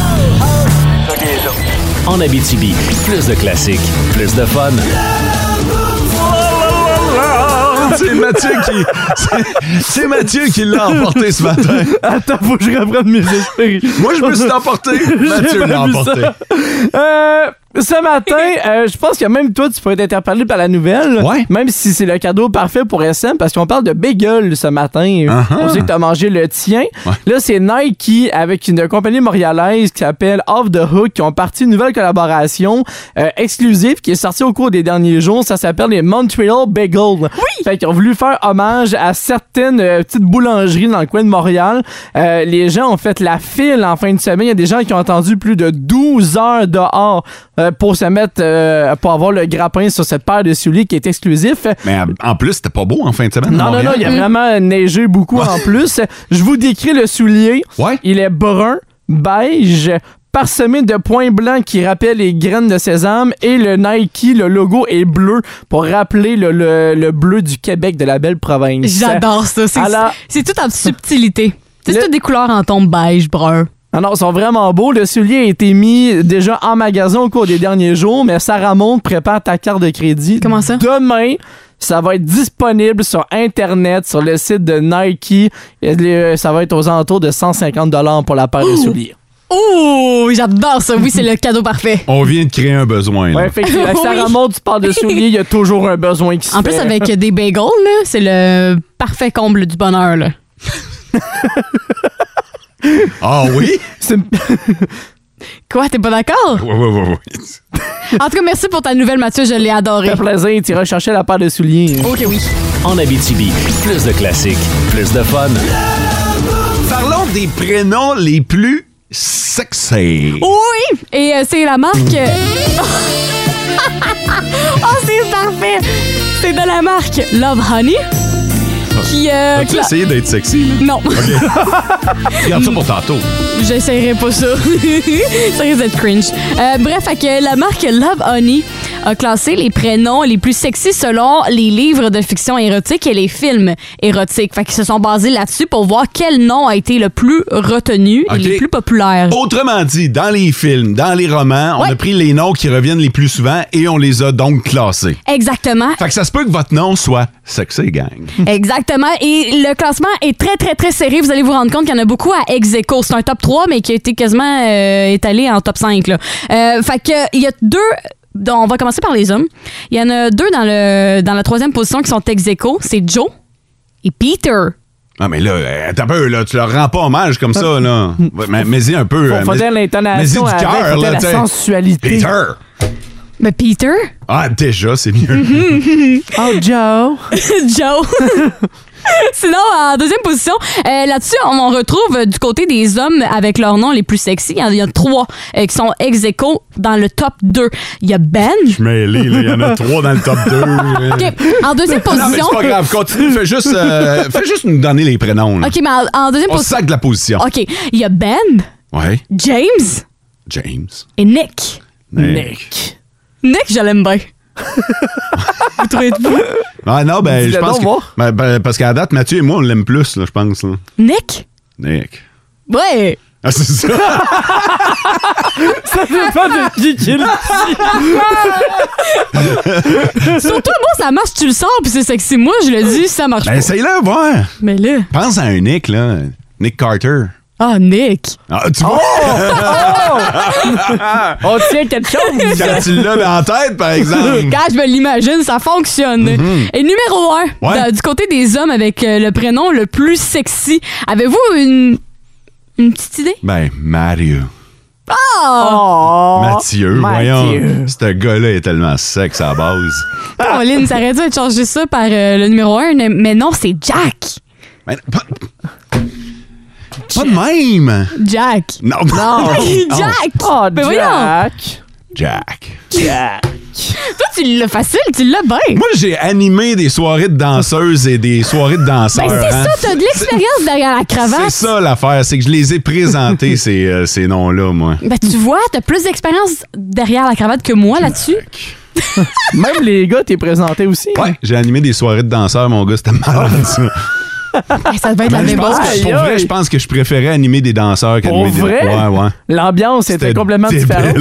B: En Abitibi, plus de classiques, plus de fun.
E: Ah!
C: [LAUGHS] C'est Mathieu qui. c'est- C'est Mathieu qui l'a emporté ce matin.
E: Attends, faut que je
C: [LAUGHS]
E: reprenne mes esprits.
C: Moi, je me suis
E: [LAUGHS]
C: emporté. Mathieu
E: J'avais
C: l'a
E: vu
C: emporté.
E: ça. Euh, ce matin, euh, je pense que même toi, tu pourrais être interpellé par la nouvelle. Même si c'est le cadeau parfait pour SM, parce qu'on parle de bagel ce matin.
C: Ah,
E: On sait que t'as mangé le tien. Là, c'est Nike avec une compagnie montréalaise qui s'appelle Off the Hook qui ont parti une nouvelle collaboration euh, exclusive qui est sortie au cours des derniers jours. Ça s'appelle les Montreal Bagels. Oui! Fait qu'ils ont voulu faire hommage à certaines euh, petites boulangeries dans le coin de Montréal. Euh, les gens ont fait la file en fin de semaine. Il y a des gens qui ont attendu plus de 12 heures dehors euh, pour se mettre, euh, pour avoir le grappin sur cette paire de souliers qui est exclusif.
C: Mais euh, en plus, c'était pas beau en fin de semaine. à
E: Non, non,
C: Montréal.
E: non,
D: Mm.
E: il a vraiment neigé beaucoup en plus. Je vous décris le soulier. Il est brun, beige, parsemé de points blancs qui rappellent les graines de sésame et le Nike, le logo est bleu pour rappeler le, le- le bleu du Québec de la belle province.
D: J'adore ça. C'est,
E: Alors-
D: c'est tout en subtilité. C'est toutes des couleurs en tombe beige, brun.
E: Ah non, ils sont vraiment beaux. Le soulier a été mis déjà en magasin au cours des derniers jours, mais Sarah Monde prépare ta carte de crédit. Comment ça? Demain, ça va être disponible sur Internet, sur le site de Nike. Et les- euh, Ça va être aux alentours de 150 pour la paire de souliers.
D: Ouh, j'adore ça. Oui, c'est le cadeau parfait.
C: On vient de créer un besoin. là.
E: Ouais, fait que
D: [LAUGHS]
E: la Sarah
D: Oui.
E: Maud, tu parles de souliers, il y a toujours un besoin qui se
D: En plus,
E: fait.
D: avec des bagels, là, c'est le parfait comble du bonheur.
E: [LAUGHS]
D: Là.
C: Ah oui?
D: Quoi, t'es pas d'accord?
C: Oui, oui, oui, oui.
D: En tout cas, merci pour ta nouvelle, Mathieu. Je l'ai adoré.
E: Ça fait plaisir, tu recherchais la paire de souliers.
D: Oh, Ok, oui.
B: En Abitibi, plus de classiques, plus de fun.
C: Parlons des prénoms les plus sexy.
D: Oui! Et euh, c'est la marque. euh, [LAUGHS] oh, c'est parfait! C'est de la marque Love Honey. Qui. euh,
C: As-tu
D: cla-
C: essayé d'être sexy? là?
D: Non.
E: [LAUGHS]
D: [LAUGHS]
C: Regarde ça pour tantôt.
D: J'essayerai pas ça. [LAUGHS] ça risque d'être cringe. Euh, bref, fait que la marque Love Honey a classé les prénoms les plus sexy selon les livres de fiction érotique et les films érotiques. Fait qu'ils se sont basés là-dessus pour voir quel nom a été le plus retenu et
C: OK.
D: les plus populaires.
C: Autrement dit, dans les films, dans les romans, on a pris les noms qui reviennent les plus souvent et on les a donc classés.
D: Exactement.
C: Fait que ça se peut que votre nom soit sexy, gang.
D: [LAUGHS] Exactement. Et le classement est très, très, très serré. Vous allez vous rendre compte qu'il y en a beaucoup à ex aequo. C'est un top 3, mais qui a été quasiment euh, étalé en top 5. Là. Euh, fait que, il y a deux... donc, on va commencer par les hommes. Il y en a deux dans, le, dans la troisième position qui sont ex aequo. C'est Joe et Peter.
C: Ah, mais là, euh, t'as peu, là, tu leur rends pas hommage comme ça, là. Ouais, Mais, mais-y un peu.
E: Faut-
C: euh,
E: faut
C: mais-
E: dire l'intonation
C: mais-y du
E: avec, faut
C: cœur,
E: dire
C: là,
E: la
C: t'sais.
E: sensualité.
C: Peter!
D: Mais Peter?
C: Ah, déjà, c'est
E: [LAUGHS]
C: mieux.
E: oh, Joe.
D: Mm-hmm. [LAUGHS] Joe. [LAUGHS] Sinon, en deuxième position, euh, là-dessus, on en retrouve euh, du côté des hommes avec leurs noms les plus sexy. Il y en- il y, a trois euh, qui sont ex aequo dans le top 2. Il y a Ben.
C: Je mêlé, là, il y en a trois dans le top
D: [LAUGHS]
C: 2.
D: OK. En deuxième
C: [LAUGHS] Non, mais
D: position.
C: c'est pas grave, continue. Fais juste, euh, fais juste nous donner les prénoms. Là.
D: OK, mais en, en deuxième
C: On
D: position.
C: sac de la position.
D: OK. Il y a Ben,
C: Ouais.
D: James
C: James.
D: et Nick.
C: Nick.
D: Nick, je l'aime bien. Vous trouvez de vous?
C: Ah non, ben,
D: Dis-le
C: je pense
D: donc,
C: que.
D: voir.
C: ben, ben, parce qu'à la date, Mathieu et moi, on l'aime plus, là, je pense. là.
D: Nick?
C: Nick.
D: Ouais.
C: Ah, c'est ça.
D: [LAUGHS]
E: ça dépend de qui qui le
D: Surtout, moi, ça marche, tu le sors, puis c'est sexy. Moi, je le dis, ça marche
C: Ben,
D: pas.
C: essaye-le, voir.
D: Mais là.
C: Pense à un Nick, là. Nick Carter.
D: Ah, Nick. Oh!
C: Ah, tu vois? [LAUGHS]
E: On tient quelque chose.
C: Quand tu l'as en tête, [LAUGHS] par
D: [LAUGHS]
C: exemple. Mm-hmm.
D: Quand je me l'imagine, ça fonctionne. Et numéro un,
C: Ouais.
D: dans- du côté des hommes avec euh, le prénom le plus sexy, avez-vous une, une petite idée?
C: Ben, Mario.
D: Ah!
C: Oh! Mathieu, voyons. Ce gars-là est tellement sexe à la base.
D: Pauline, ça aurait dû être changé ça par euh, le numéro un, mais non, c'est Jack.
C: Ben, pas, pas de même.
D: Jack.
C: Non.
D: [LAUGHS] Jack.
E: Oh,
D: Mais voyons.
E: Jack.
C: Jack.
E: Jack.
D: Toi, tu l'as facile, tu l'as bien.
C: Moi, j'ai animé des soirées de danseuses et des soirées de danseurs.
D: Ben, c'est
C: hein.
D: ça, t'as de l'expérience derrière la
C: C'est
D: cravate.
C: ça l'affaire, c'est que je les
D: [LAUGHS]
C: ai présentés, ces, euh, ces noms-là, moi.
D: Ben, tu vois, t'as plus d'expérience derrière la cravate que moi là-dessus.
E: Même les gars, t'es présenté aussi. hein? Oh.
C: Ouais, j'ai animé des soirées de danseurs, mon gars, c'était malade, ça.
D: Ben, ça devait être la
C: Ben, je
D: même
C: pense
D: affaire.
C: que- pour vrai, je pense que je préférais animer des danseurs
E: Pour
C: qu'animer des...
E: vrai?
C: Ouais, ouais.
E: L'ambiance était, complètement
C: débile.
E: différente.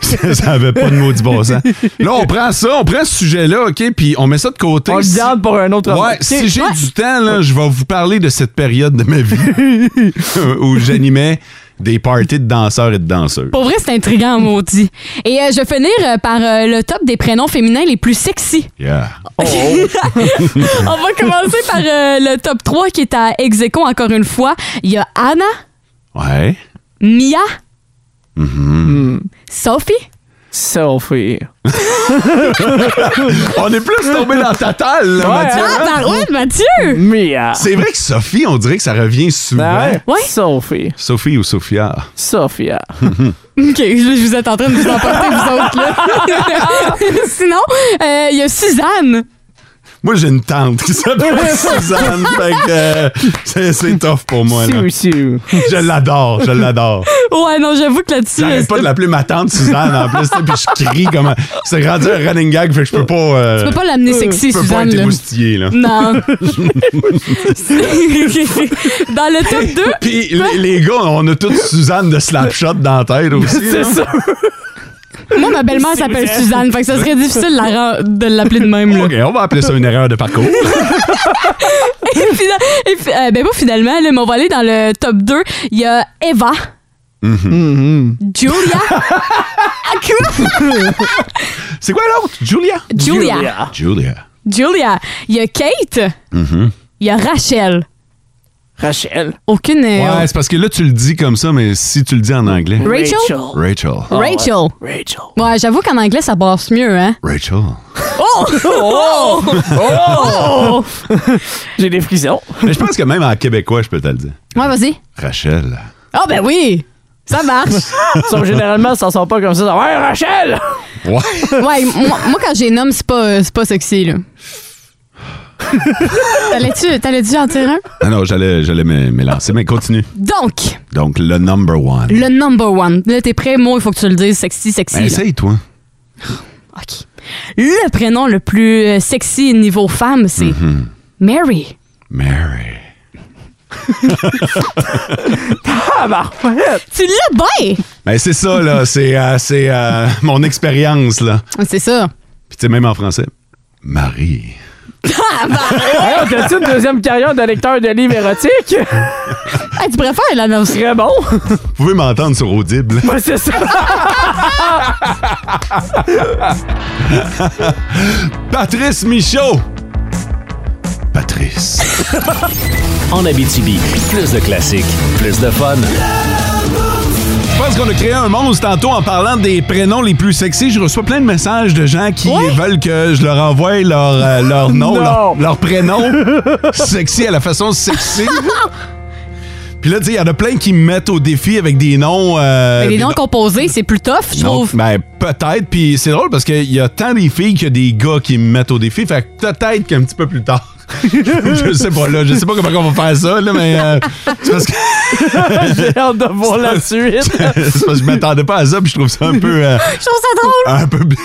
C: [LAUGHS] ça ça avait pas de maudit bon sens. Là, on prend ça, on prend ce sujet-là, OK, puis on met ça de côté.
E: On le garde pour un autre
C: Ouais,
E: moment.
C: si
E: Ok.
C: j'ai
E: Ouais.
C: du temps, là, je vais vous parler de cette période de ma vie où j'animais des parties de danseurs et de danseuses.
D: Pour vrai, c'est intriguant, maudit. Et euh, je vais finir euh, par euh, le top des prénoms féminins les plus
C: [LAUGHS]
D: sexy.
C: Yeah.
E: Oh.
D: On va commencer par euh, le top 3 qui est à Execo encore une fois. Il y a Anna,
C: Ouais.
D: Mia,
E: Mhm.
D: Sophie.
E: Sophie.
C: [LAUGHS] on est plus tombé dans ta table, là, Mathieu. hein?
D: Ah, bah ouais, Mathieu!
E: hein? Mia.
C: C'est vrai que Sophie, on dirait que ça revient souvent.
E: Ah. Ben Ouais. Sophie. Ah.
C: Sophie ou Sophia?
E: Sophia.
C: [LAUGHS]
D: OK, je- vous êtes en train de vous emporter, vous autres, là. [LAUGHS]
E: [LAUGHS]
D: Sinon, euh, il y a Suzanne.
C: Moi, j'ai une tante
D: [LAUGHS]
C: qui s'appelle Suzanne. fait que euh, c'est- c'est tough pour moi. Là.
E: Sue, Sue.
C: Je l'adore, je l'adore.
D: Ouais, non, j'avoue que là-dessus.
C: J'arrête pas de l'appeler ma tante Suzanne en plus, tu sais, puis je crie comme. un- C'est rendu un running gag, fait que je peux pas. euh,
D: Tu peux pas l'amener sexy,
C: Je peux
D: Suzanne,
C: pas être
D: là.
C: émoustillé, là. [LAUGHS]
D: Non. Dans le top 2,
C: Puis les, les gars, on a toute Suzanne de Slapshot dans
D: [LAUGHS]
C: la tête aussi.
D: C'est
C: ça.
D: moi, ma belle-mère
E: C'est
D: s'appelle
E: vrai.
D: Suzanne, fait que ça serait difficile la ra- de l'appeler de même, là.
C: OK, on va appeler ça une erreur de parcours.
D: Et fina- et fi- euh, ben moi, finalement, là, mais on va aller dans le top 2. Il y a Eva,
C: Mhm.
E: [LAUGHS]
D: Julia. Ah, quoi?
C: C'est quoi l'autre? Julia?
D: Julia. Julia.
C: Julia.
D: Julia. Il y a Kate.
C: Mhm.
D: Il y a Rachel.
E: Rachel.
D: Aucune.
E: Eh
D: euh,
E: oh.
C: Ouais, c'est parce que là, tu le dis comme ça, mais si tu le dis en anglais.
D: Rachel?
C: Rachel.
D: Rachel.
E: Ah, Rachel.
D: Ouais, j'avoue qu'en anglais, ça passe mieux, hein?
C: Rachel.
D: Oh!
E: Oh! Oh! [LAUGHS] J'ai des frissons.
C: Mais je pense que même en québécois, je peux te le dire.
D: Ouais, vas-y.
C: Rachel.
D: Ah, ben oui! Ça marche!
E: [LAUGHS] Sauf généralement, ça sort pas comme ça. ça va, Ouais, Rachel!
C: Ouais.
D: [LAUGHS] Ouais, moi, moi, quand j'ai un homme, c'est pas, euh, c'est pas sexy,
E: [LAUGHS]
D: là. T'allais-tu t'allais-tu en tirer un?
C: Ah non, j'allais j'allais me- m'élancer, mais continue.
D: Donc,
C: Donc, le number one.
D: le number one. Là, t'es prêt? Moi, il faut que tu le dises sexy, sexy.
C: Ah. Ben,
D: là.
C: essaye, toi.
D: Le prénom le plus euh, sexy niveau femme, c'est
C: Mhm.
D: Mary.
C: Mary.
D: Tu l'as bien!
C: Ben, c'est ça,
E: [LAUGHS]
C: là. C'est euh, c'est, euh, mon expérience, là.
D: Ah, C'est ça.
C: Puis, tu sais, même en français. Marie.
E: Voyons, T'as-tu une deuxième carrière de lecteur de livres érotiques?
D: [LAUGHS] Hey, tu pourrais faire l'annonce.
C: [LAUGHS]
E: Très bon.
C: Vous pouvez m'entendre sur Audible.
E: Moi, c'est ça.
C: [LAUGHS] Patrice Michaud. Patrice.
B: [LAUGHS] En Abitibi, plus de classiques, plus de fun.
C: Je pense qu'on a créé un monstre tantôt en parlant des prénoms les plus sexy. Je reçois plein de messages de gens qui veulent que je leur envoie leur, euh, leur nom,
E: Non.
C: leur, leur prénom sexy à la façon sexy.
D: [LAUGHS]
C: Puis là, tu sais, il y en a plein qui me mettent au défi avec des noms. euh,
D: Mais les
C: des
D: noms
C: noms-
D: composés, c'est plus tough, je
C: Non,
D: trouve.
C: Ben, peut-être. Puis c'est drôle parce qu'il y a tant des filles que des gars qui me mettent au défi. Fait que peut-être qu'un petit peu plus
E: [LAUGHS]
C: tard. je sais pas, là. Je sais pas comment on va faire ça, là, mais euh, c'est parce que.
E: [LAUGHS] J'ai hâte de voir la
C: [LAUGHS]
E: suite.
C: c'est parce que je m'attendais pas à ça, puis je trouve ça un peu. euh,
D: Je trouve ça drôle.
E: Ah
C: un peu. bi-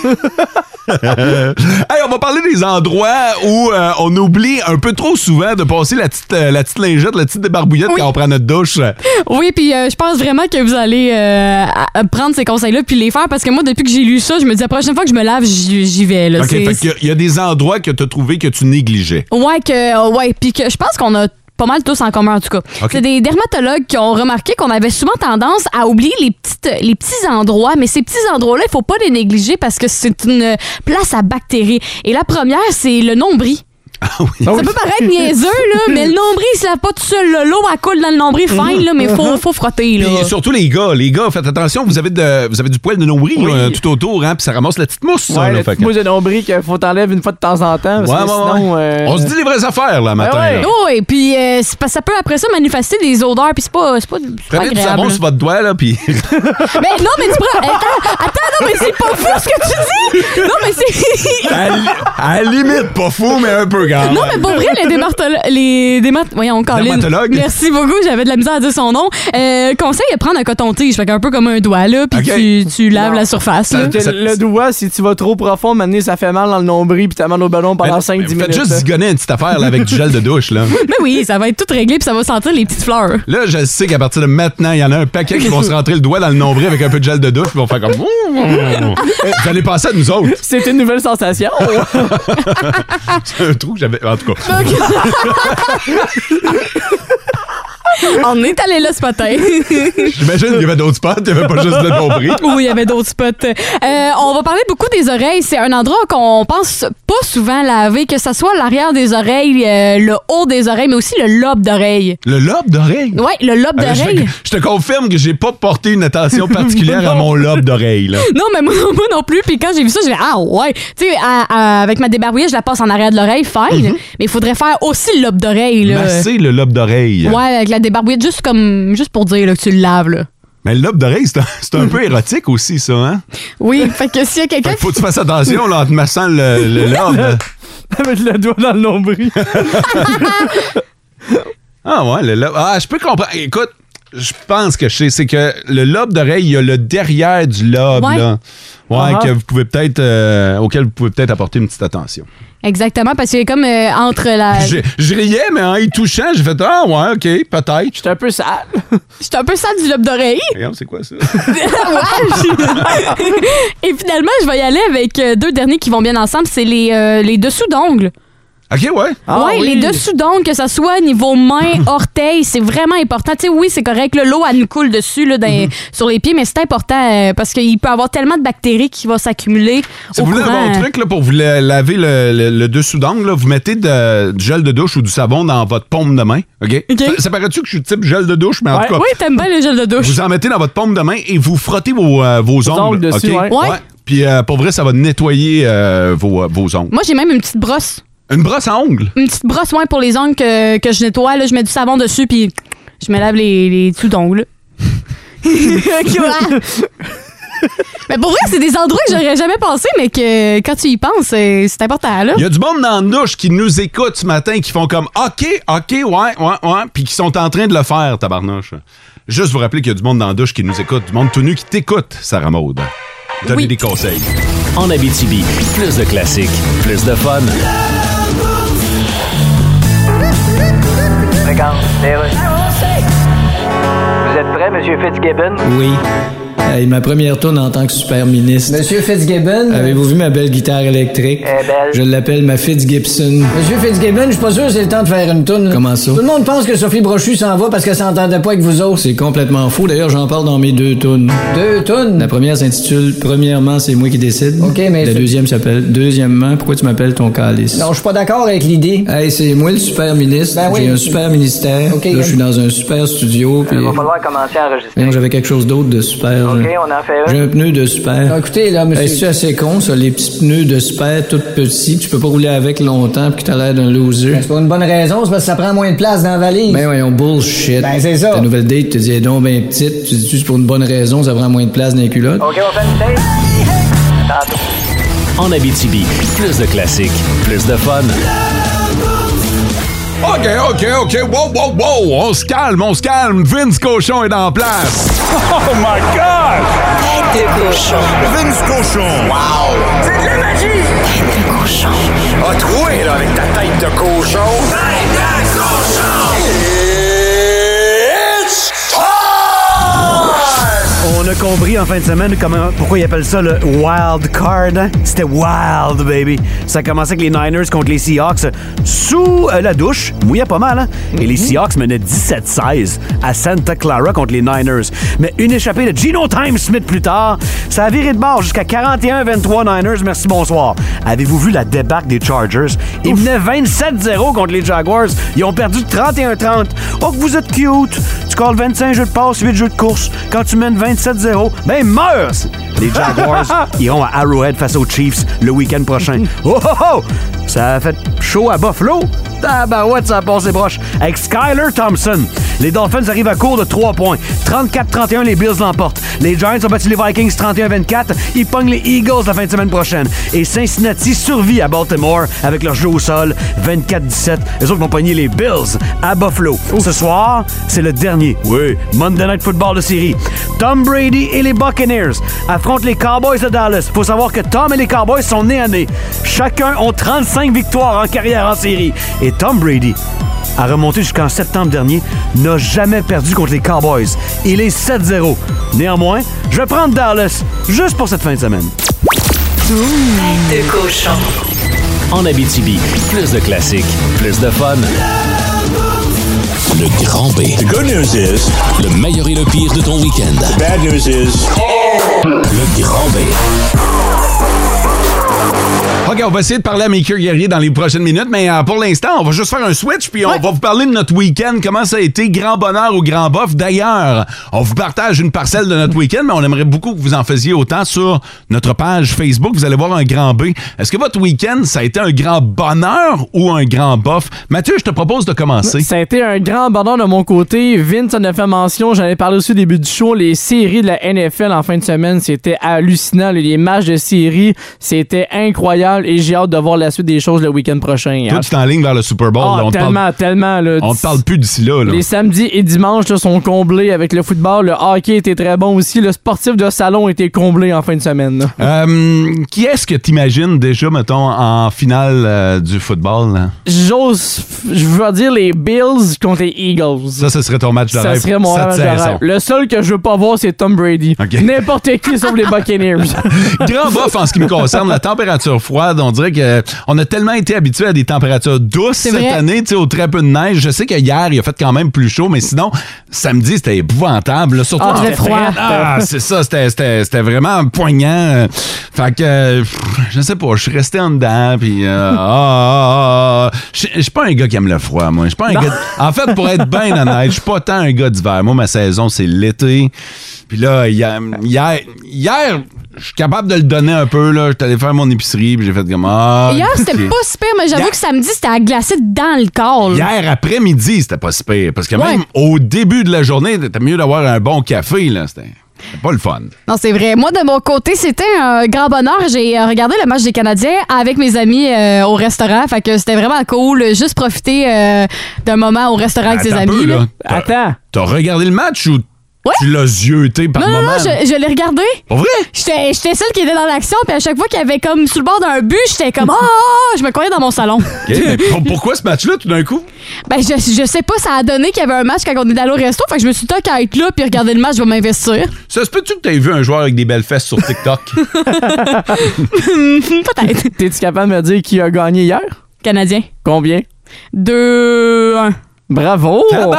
C: [LAUGHS] hey, on va parler des endroits où euh, on oublie un peu trop souvent de passer la petite, euh, la petite lingette, la petite débarbouillette quand on prend notre douche.
D: Oui, puis euh, je pense vraiment que vous allez euh, à- à prendre ces conseils-là puis les faire parce que moi, depuis que j'ai lu ça, je me dis la prochaine fois que je me lave, j'y j'y vais. Là.
C: OK,
D: C'est-
C: fait qu'il y a- il y a des endroits que tu as trouvé que tu négligeais.
D: Ouais, que, euh, ouais, puis que je pense qu'on a pas mal tous en commun en tout cas.
C: Ok.
D: C'est des dermatologues qui ont remarqué qu'on avait souvent tendance à oublier les petites les petits endroits, mais ces petits endroits-là, il faut pas les négliger parce que c'est une place à bactéries. Et la première, c'est le nombril.
C: Ah
D: Ça peut paraître niaiseux, là, mais le nombril, il se lave pas tout seul. là. L'eau, elle coule dans le nombril fin, là, mais
C: [LAUGHS]
D: faut, faut frotter. Là.
C: Puis surtout les gars, les gars, faites attention, vous avez, de, vous avez du poil de nombril
E: Oui.
C: là, tout autour, hein, puis ça ramasse la petite mousse. ça,
E: Ouais,
C: là,
E: le
C: fait
E: petit
C: que-
E: mousse de nombril qu'il faut t'enlèves une fois de temps en temps. Parce
C: Ouais,
E: que
C: ouais,
E: sinon,
C: ouais.
E: euh,
C: On se dit les vraies affaires, là, matin.
E: ouais.
C: là.
D: Oui, puis euh, c'est parce que ça peut après ça manifester des odeurs, puis c'est pas, c'est pas, c'est pas
C: Prenez du
D: Oh, agréable.
C: savon sur votre doigt,
D: [LAUGHS]
C: là, puis...
D: là. Mais non, mais tu prends. Attends, attends, non, mais c'est pas fou ce que tu dis! Non, mais c'est.
C: Allez- À la limite, pas fou, mais un peu quand même.
D: Non, mais pour vrai, les démartologues. Les démart... Voyons, Colin.
C: Dermatologues?
D: Merci beaucoup, j'avais de la misère à dire son nom. Euh, conseil à prendre un coton-tige, fait qu'un peu comme un doigt, là, puis tu, tu laves la surface. là.
E: Parce que le doigt, si tu vas trop profond, maintenant ça fait mal dans le nombril puis t'as mal au ballon pendant 5-10
C: Faites
E: minutes.
C: juste
E: là.
C: zigonner une petite affaire là, avec du gel de
D: [LAUGHS]
C: douche. Là.
D: [LAUGHS] Mais oui, ça va être tout réglé, puis ça va sentir les petites fleurs.
C: là, je sais qu'à partir de maintenant, il y en a un paquet qui vont se rentrer le doigt dans le nombril avec un peu de gel de douche puis vont faire comme. Vous allez penser à nous autres.
E: C'est une nouvelle sensation.
C: [LAUGHS] C'est un trou que j'avais. En tout cas.
D: On est allé là ce matin. [LAUGHS]
C: J'imagine qu'il y avait d'autres spots, il n'y avait pas juste le nombril.
D: Oui, il y avait d'autres spots. Euh, on va parler beaucoup des oreilles. C'est un endroit qu'on pense pas souvent laver, que ce soit l'arrière des oreilles, euh, le haut des oreilles, mais aussi le lobe d'oreille.
C: Le lobe d'oreille.
D: Ouais, le lobe
C: Ah, là, je te-
D: d'oreille.
C: Je te confirme que j'ai pas porté une attention particulière à mon lobe d'oreille. là.
D: Non, mais moi, moi non plus. Puis quand j'ai vu ça, j'ai fait Ah ouais. Tu sais, à- à- avec ma débarbouillée, je la passe en arrière de l'oreille, fine. Mais il faudrait faire aussi [LAUGHS] le lobe d'oreille. là.
C: Mm-hmm. Masser le lobe d'oreille.
D: Ouais, avec la débarbouillette, juste comme juste pour dire là, que tu le laves. Là.
C: Mais le lobe d'oreille, c'est un, c'est un peu érotique aussi, ça, hein? [LAUGHS]
D: Oui, fait que s'il y a quelqu'un.
C: Faut que tu fasses
D: [LAUGHS]
C: attention là, en te massant le, le lobe.
E: Avec le doigt dans le nombril.
C: Ah ouais, le lobe. Ah, je peux comprendre. Écoute, je pense que je sais, c'est que le lobe d'oreille, il y a le derrière du lobe,
D: Ouais.
C: là. Ouais,
D: Ah.
C: que vous pouvez peut-être. euh, auquel vous pouvez peut-être apporter une petite attention.
D: Exactement, parce qu'il est comme euh, entre la.
C: Je, je riais, mais en y touchant, j'ai fait Ah ouais, ok, peut-être.
E: J'étais un peu sale.
D: J'étais un peu sale du lobe d'oreille.
C: Regarde, c'est quoi ça? [LAUGHS]
D: [LAUGHS] Ouais, je- [LAUGHS] Et finalement, je vais y aller avec euh, deux derniers qui vont bien ensemble. C'est les, euh, les dessous d'ongles.
C: Ok, ouais.
E: Ah
D: ouais, les dessous d'ongles, que ça soit niveau
C: [LAUGHS]
D: main, orteil, c'est vraiment important. Tu sais, oui, c'est correct. là, L'eau, elle nous coule dessus, là, dans-
C: Mhm.
D: sur les pieds, mais c'est important euh, parce qu'il peut y avoir tellement de bactéries qui vont s'accumuler
C: Si
D: au
C: vous voulez
D: courant. euh,
C: avoir un truc là, pour vous la- laver le, le- le dessous d'ongle, là, vous mettez de- du gel de douche ou du savon dans votre paume de main. OK? Ça, ça paraît-tu que je suis type gel de douche, mais en
D: Ouais.
C: tout cas.
D: Oui, t'aimes bien le gel de douche.
C: Vous en mettez dans votre paume de main et vous frottez vos, euh, vos ongles.
E: ongles dessus,
C: OK?
E: ouais. Ouais.
C: Puis euh, pour vrai, ça va nettoyer euh, vos, euh, vos ongles.
D: Moi, j'ai même une petite brosse.
C: Une brosse à ongles?
D: Une petite brosse, ouais, pour les ongles que, que je nettoie. Là, je mets du savon dessus, puis je me lave les, les dessous d'ongles. [LAUGHS] Ok, voilà. Mais pour vrai, c'est des endroits que j'aurais jamais pensé, mais que quand tu y penses, c'est c'est important, là.
C: Il y a du monde dans la douche qui nous écoute ce matin qui font comme OK, OK, ouais, ouais, ouais, puis qui sont en train de le faire, tabarnouche. Juste vous rappeler qu'il y a du monde dans la douche qui nous écoute, du monde tout nu qui t'écoute, Sarah Maud. Donnez des conseils.
B: En Abitibi, plus de classiques, plus de fun.
M: Regarde, les rues. Vous êtes prêt, Monsieur Fitzgibbon?
L: Oui. Hey, ma première tourne en tant que super ministre.
F: Monsieur Fitzgibbon?
L: Avez-vous vu ma belle guitare électrique?
M: Eh,
L: Je l'appelle ma Fitzgibson.
F: Monsieur Fitzgibbon, je suis pas sûr que c'est le temps de faire une toune. là.
L: Comment ça?
F: Tout le monde pense que Sophie Brochu s'en va parce qu'elle s'entendait pas avec vous autres.
L: C'est complètement faux. D'ailleurs, j'en parle dans mes deux tunes.
F: Deux tonnes.
L: La première s'intitule Premièrement, c'est moi qui décide. OK,
F: mais
L: La
F: c'est-
L: deuxième s'appelle Deuxièmement, pourquoi tu m'appelles ton calice?
F: Non, je suis pas d'accord avec l'idée.
L: Hey, c'est moi le super ministre.
F: Ben oui.
L: J'ai un super ministère.
F: OK,
L: Là, je suis
F: good.
L: dans un super studio. Puis...
M: Il va falloir commencer à enregistrer.
L: Voyons, j'avais quelque chose d'autre de super.
M: OK,
L: là.
M: on en fait
L: J'ai
M: un.
L: un pneu de super.
F: Ah, écoutez, là, monsieur-
L: Est-ce assez con, ça, les petits pneus de super tout petits, tu peux pas rouler avec longtemps puis que t'as l'air d'un loser?
F: Ben, C'est pour une bonne raison, c'est parce que ça prend moins de place dans la valise.
L: Ben voyons, bullshit.
F: Ben, c'est ça.
L: Ta nouvelle date, tu dis, elle est donc ben petite, tu dis, tu c'est pour une bonne raison, ça prend moins de place dans les culottes.
M: OK, on fait une tape. Tantôt.
B: En Abitibi, plus de classiques, plus de fun.
C: OK, OK, OK, wow, wow, wow, on se calme, on se calme, Vince Cochon est en place.
G: Oh my god! Tête de cochon. Vince cochon. Wow! C'est de la magie! Tête de cochon. A troué, là, avec ta tête de cochon. Tête de cochon! It's
J: On a compris en fin de semaine comment, pourquoi ils appellent ça le wild card. hein? C'était wild, baby. Ça commençait avec les Niners contre les Seahawks sous euh, la douche. Mouillait pas mal, hein? Et les Seahawks menaient 17-16 à Santa Clara contre les Niners. Mais une échappée de Gino Time Smith plus tard, ça a viré de bord jusqu'à 41-23 Niners. Merci, bonsoir. Avez-vous vu la débâcle des Chargers? Ils menaient 27-0 contre les Jaguars. Ils ont perdu 31-30. Oh, que vous êtes cute! Tu calls 25 jeux de passe, 8 jeux de course. Quand tu mènes 27-0, ben meurs! [LAUGHS] Les [LAUGHS] Jaguars iront à Arrowhead face aux Chiefs le week-end [LAUGHS] prochain. Oh, oh, oh! Ça a fait chaud à Buffalo? Tabarouette, ça a passé broche. Avec Skyler Thompson, les Dolphins arrivent à court de 3 points. 34-31, les Bills l'emportent. Les Giants ont battu les Vikings 31-24. Ils pognent les Eagles la fin de semaine prochaine. Et Cincinnati survit à Baltimore avec leur jeu au sol 24-17. Les autres vont pogner les Bills à Buffalo. Ce soir, c'est le dernier. Oui, Monday Night Football de série. Tom Brady et les Buccaneers affrontent les Cowboys de Dallas. Faut savoir que Tom et les Cowboys sont nés à nez. Chacun ont 35 victoires en carrière en série. Et Tom Brady a remonté jusqu'en septembre dernier, n'a jamais perdu contre les Cowboys. Il est 7-0. Néanmoins, je vais prendre Dallas juste pour cette fin de semaine.
M: Tête de cochon.
B: En Abitibi, plus de classiques, plus de fun. Le grand B. The good news is... Le meilleur et le pire de ton week-end. bad news is... Le grand B.
C: OK, on va essayer de parler à mes cœurs guerriers dans les prochaines minutes, mais euh, pour l'instant, on va juste faire un switch, puis on va vous parler de notre week-end, comment ça a été, grand bonheur ou grand bof. D'ailleurs, on vous partage une parcelle de notre week-end, mais on aimerait beaucoup que vous en faisiez autant sur notre page Facebook. Vous allez voir un grand B. Est-ce que votre week-end, ça a été un grand bonheur ou un grand bof? Mathieu, je te propose de commencer.
E: Ça a été un grand bonheur de mon côté. Vince en a fait mention. J'en ai parlé aussi au début du show. Les séries de la NFL en fin de semaine, c'était hallucinant. Les matchs de séries, c'était incroyable et j'ai hâte de voir la suite des choses le week-end prochain.
C: Toi, tu t'enlignes vers le Super Bowl.
E: Ah,
C: là, on te
E: tellement,
C: parle,
E: tellement. Là,
C: on te parle plus d'ici là. là.
E: Les samedis et dimanches là, sont comblés avec le football. Le hockey était très bon aussi. Le sportif de salon était comblé en fin de semaine. là.
C: Euh, qui est-ce que t'imagines déjà, mettons, en finale euh, du football? là?
E: J'ose, f- je veux dire les Bills contre les Eagles.
C: Ça, ce serait ton match de
E: Ça
C: rêve
E: serait mon
C: cette
E: rêve de
C: saison.
E: rêve. Le seul que je veux pas voir, c'est Tom Brady. N'importe qui
C: [LAUGHS]
E: sauf les Buccaneers.
C: Grand bof en ce qui me concerne, la température froide, on dirait que euh, on a tellement été habitué à des températures douces cette
E: vrai.
C: année, tu sais, au très peu de neige. Je sais que hier, il a fait quand même plus chaud, mais sinon, samedi, c'était épouvantable. là, surtout
E: Ah,
C: en
E: très
C: fait.
E: froid.
C: Ah, c'est ça, c'était- c'était c'était vraiment poignant. Euh, Fait que, euh, pff, je sais pas, je suis resté en dedans, puis euh, ah,
E: [LAUGHS]
C: ah, ah, ah. Je je suis pas un gars qui aime le froid, moi. Je suis pas un
E: Non.
C: gars... de- En fait, pour être bien honnête, je suis pas tant un gars d'hiver. Moi, ma saison, c'est l'été. Puis là, hier, hier, hier, je suis capable de le donner un peu. Là. J'étais allé faire mon épicerie, puis j'ai fait comme... Ah,
D: Hier, c'était
C: ok.
D: pas super, mais j'avoue
C: Hier-
D: que samedi, c'était à glacer dans le corps. là.
C: Hier après-midi, c'était pas si pire. Parce que même au début de la journée, c'était mieux d'avoir un bon café. Là. C'était, c'était pas le fun.
D: Non, c'est vrai. Moi, de mon côté, c'était un grand bonheur. J'ai euh, regardé le match des Canadiens avec mes amis euh, au restaurant. Fait que c'était vraiment cool. Juste profiter euh, d'un moment au restaurant avec ses
C: Attends un
D: amis.
C: peu,
D: là.
C: là. Ben, T'as-
E: Attends.
C: T'as regardé le match ou
D: Ouais.
C: tu l'as zioté par
D: Non, non,
C: moment?
D: non,
C: là?
D: je, je l'ai regardé.
C: Pas vrai?
D: J'étais j'étais celle qui était dans l'action, puis à chaque fois qu'il y avait comme sous le bord d'un but, j'étais comme Ah, ah, ah je me croyais dans mon salon.
C: Ok,
D: [LAUGHS]
C: mais pour- pourquoi ce match-là, tout d'un coup?
D: Ben, je, je sais pas, ça a donné qu'il y avait un match quand on est allé au resto, fait que je me suis dit, Tant qu'à être là, puis regarder le match, je vais m'investir.
C: Ça se peut-tu que t'aies vu un joueur avec des belles fesses sur TikTok?
D: Hmm, Peut-être.
E: [LAUGHS] T'es-tu capable de me dire qui a gagné hier?
D: Canadien.
E: Combien?
D: 2-1.
E: Bravo!
C: Tabarnak!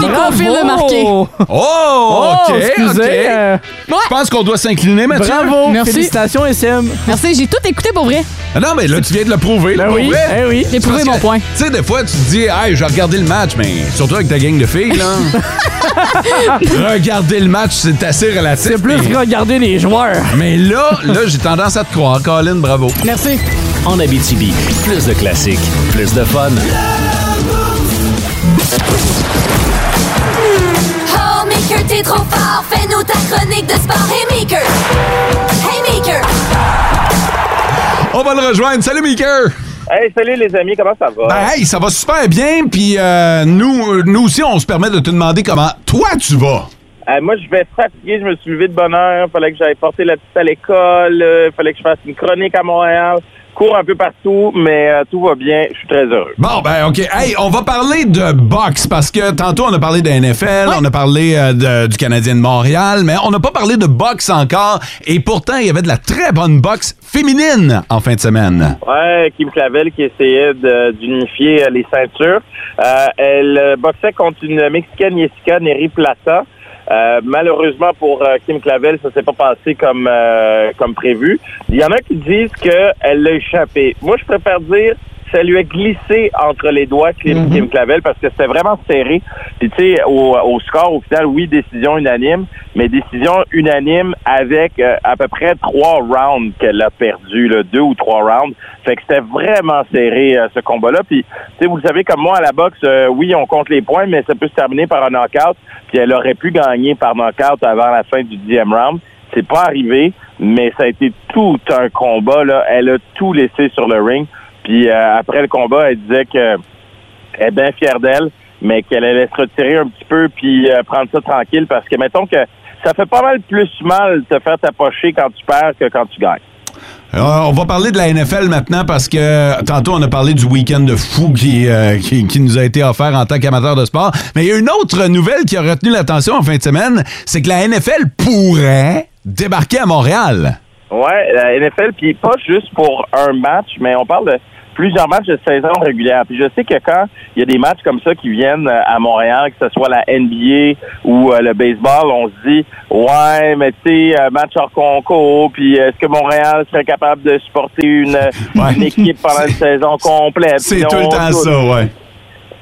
E: Bravo!
D: Nico Phil a marqué.
E: Oh,
C: [LAUGHS] Oh, ok,
E: excusez,
C: ok.
E: euh,
C: Je pense qu'on doit s'incliner, Mathieu.
E: bravo!
D: Merci.
E: Félicitations, SM!
D: Merci, j'ai tout écouté pour vrai.
C: Ah Non, mais là, tu viens de le prouver.
E: Ben
C: pour
E: oui,
C: vrai.
E: eh oui.
D: J'ai prouvé
C: Parce
D: mon
C: que,
D: point.
C: Tu sais, des fois, tu te dis, hey, j'ai regardé le match, mais surtout avec ta gang de filles,
E: [LAUGHS]
C: là. Regarder le match, c'est assez relatif.
E: C'est plus
C: mais-
E: regarder les joueurs!
C: Mais là, là, j'ai tendance à te croire. Colin, bravo.
D: Merci.
B: En Abitibi, plus de classiques, plus de fun.
M: Oh, Maker, t'es trop fort. Fais-nous ta chronique de sport. Hey, Maker. Hey, Maker.
C: On va le rejoindre. Salut, Maker!
N: Hey, salut les amis, comment ça va?
C: Ben, hey, ça va super bien. Puis euh, nous, euh, nous aussi, on se permet de te demander comment toi tu vas.
N: Euh, moi, je vais fatigué, je me suis levé de bonne heure, fallait que j'aille porter la petite à l'école, euh, fallait que je fasse une chronique à Montréal, cours un peu partout, mais euh, tout va bien, je suis très heureux.
C: Bon, ben, OK. Hey, on va parler de boxe parce que tantôt, on a parlé de NFL, on a parlé euh, de- du Canadien de Montréal, mais on n'a pas parlé de boxe encore. Et pourtant, il y avait de la très bonne boxe féminine en fin de semaine.
N: Ouais, Kim Clavel qui essayait de- d'unifier euh, les ceintures. Euh, elle euh, boxait contre une Mexicaine, Jessica Neri Plata. Euh, malheureusement pour euh, Kim Clavel, ça s'est pas passé comme euh, comme prévu. Il y en a qui disent qu'elle l'a échappé. Moi, je préfère dire ça lui a glissé entre les doigts Kim, Kim Clavel parce que c'était vraiment serré. Puis tu sais, au, au score, au final, oui, décision unanime, mais décision unanime avec euh, à peu près trois rounds qu'elle a perdu, là, deux ou trois rounds. Fait que c'était vraiment serré euh, ce combat-là. Puis tu sais, vous le savez comme moi à la boxe, euh, oui, on compte les points, mais ça peut se terminer par un knockout. Puis elle aurait pu gagner par knockout avant la fin du dixième round. C'est pas arrivé, mais ça a été tout un combat. Là. Elle a tout laissé sur le ring. Puis euh, après le combat, elle disait que elle est bien fière d'elle, mais qu'elle allait se retirer un petit peu puis euh, prendre ça tranquille parce que mettons que ça fait pas mal plus mal de te faire tapocher quand tu perds que quand tu gagnes.
C: Alors, Euh, on va parler de la NFL maintenant parce que tantôt on a parlé du week-end de fou qui, euh, qui, qui nous a été offert en tant qu'amateur de sport. Mais il y a une autre nouvelle qui a retenu l'attention en fin de semaine, c'est que la NFL pourrait débarquer à Montréal.
N: Ouais, la NFL, puis pas juste pour un match, mais on parle de plusieurs matchs de saison régulière. Puis je sais que quand il y a des matchs comme ça qui viennent euh, à Montréal, que ce soit la NBA ou euh, le baseball, on se dit ouais, mais tu sais, euh, match hors concours, puis est-ce que Montréal serait capable de supporter
C: [LAUGHS]
N: une, une équipe pendant une saison complète?
C: C'est
N: Puis
C: tout le
N: on-
C: temps ça, ouais.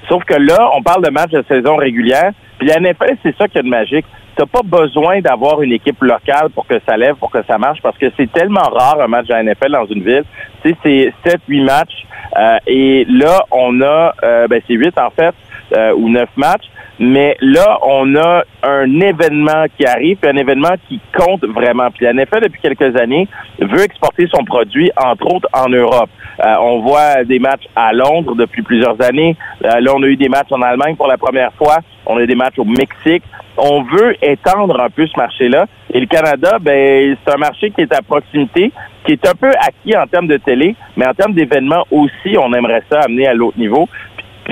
N: Sauf que là, on parle de matchs de saison régulière. Puis la NFL, c'est ça qui est de magique. T'as pas besoin d'avoir une équipe locale pour que ça lève, pour que ça marche, parce que c'est tellement rare un match de la NFL dans une ville. Tu sais, c'est 7-8 matchs. euh, et là, on a, euh, ben c'est 8 en fait, euh, ou 9 matchs. Mais là, on a un événement qui arrive, puis un événement qui compte vraiment. Puis la NFL, depuis quelques années, veut exporter son produit, entre autres en Europe. Euh, on voit des matchs à Londres depuis plusieurs années. Euh, là, on a eu des matchs en Allemagne pour la première fois. On a des matchs au Mexique. On veut étendre un peu ce marché-là. Et le Canada, ben, c'est un marché qui est à proximité, qui est un peu acquis en termes de télé, mais en termes d'événements aussi, on aimerait ça amener à l'autre niveau.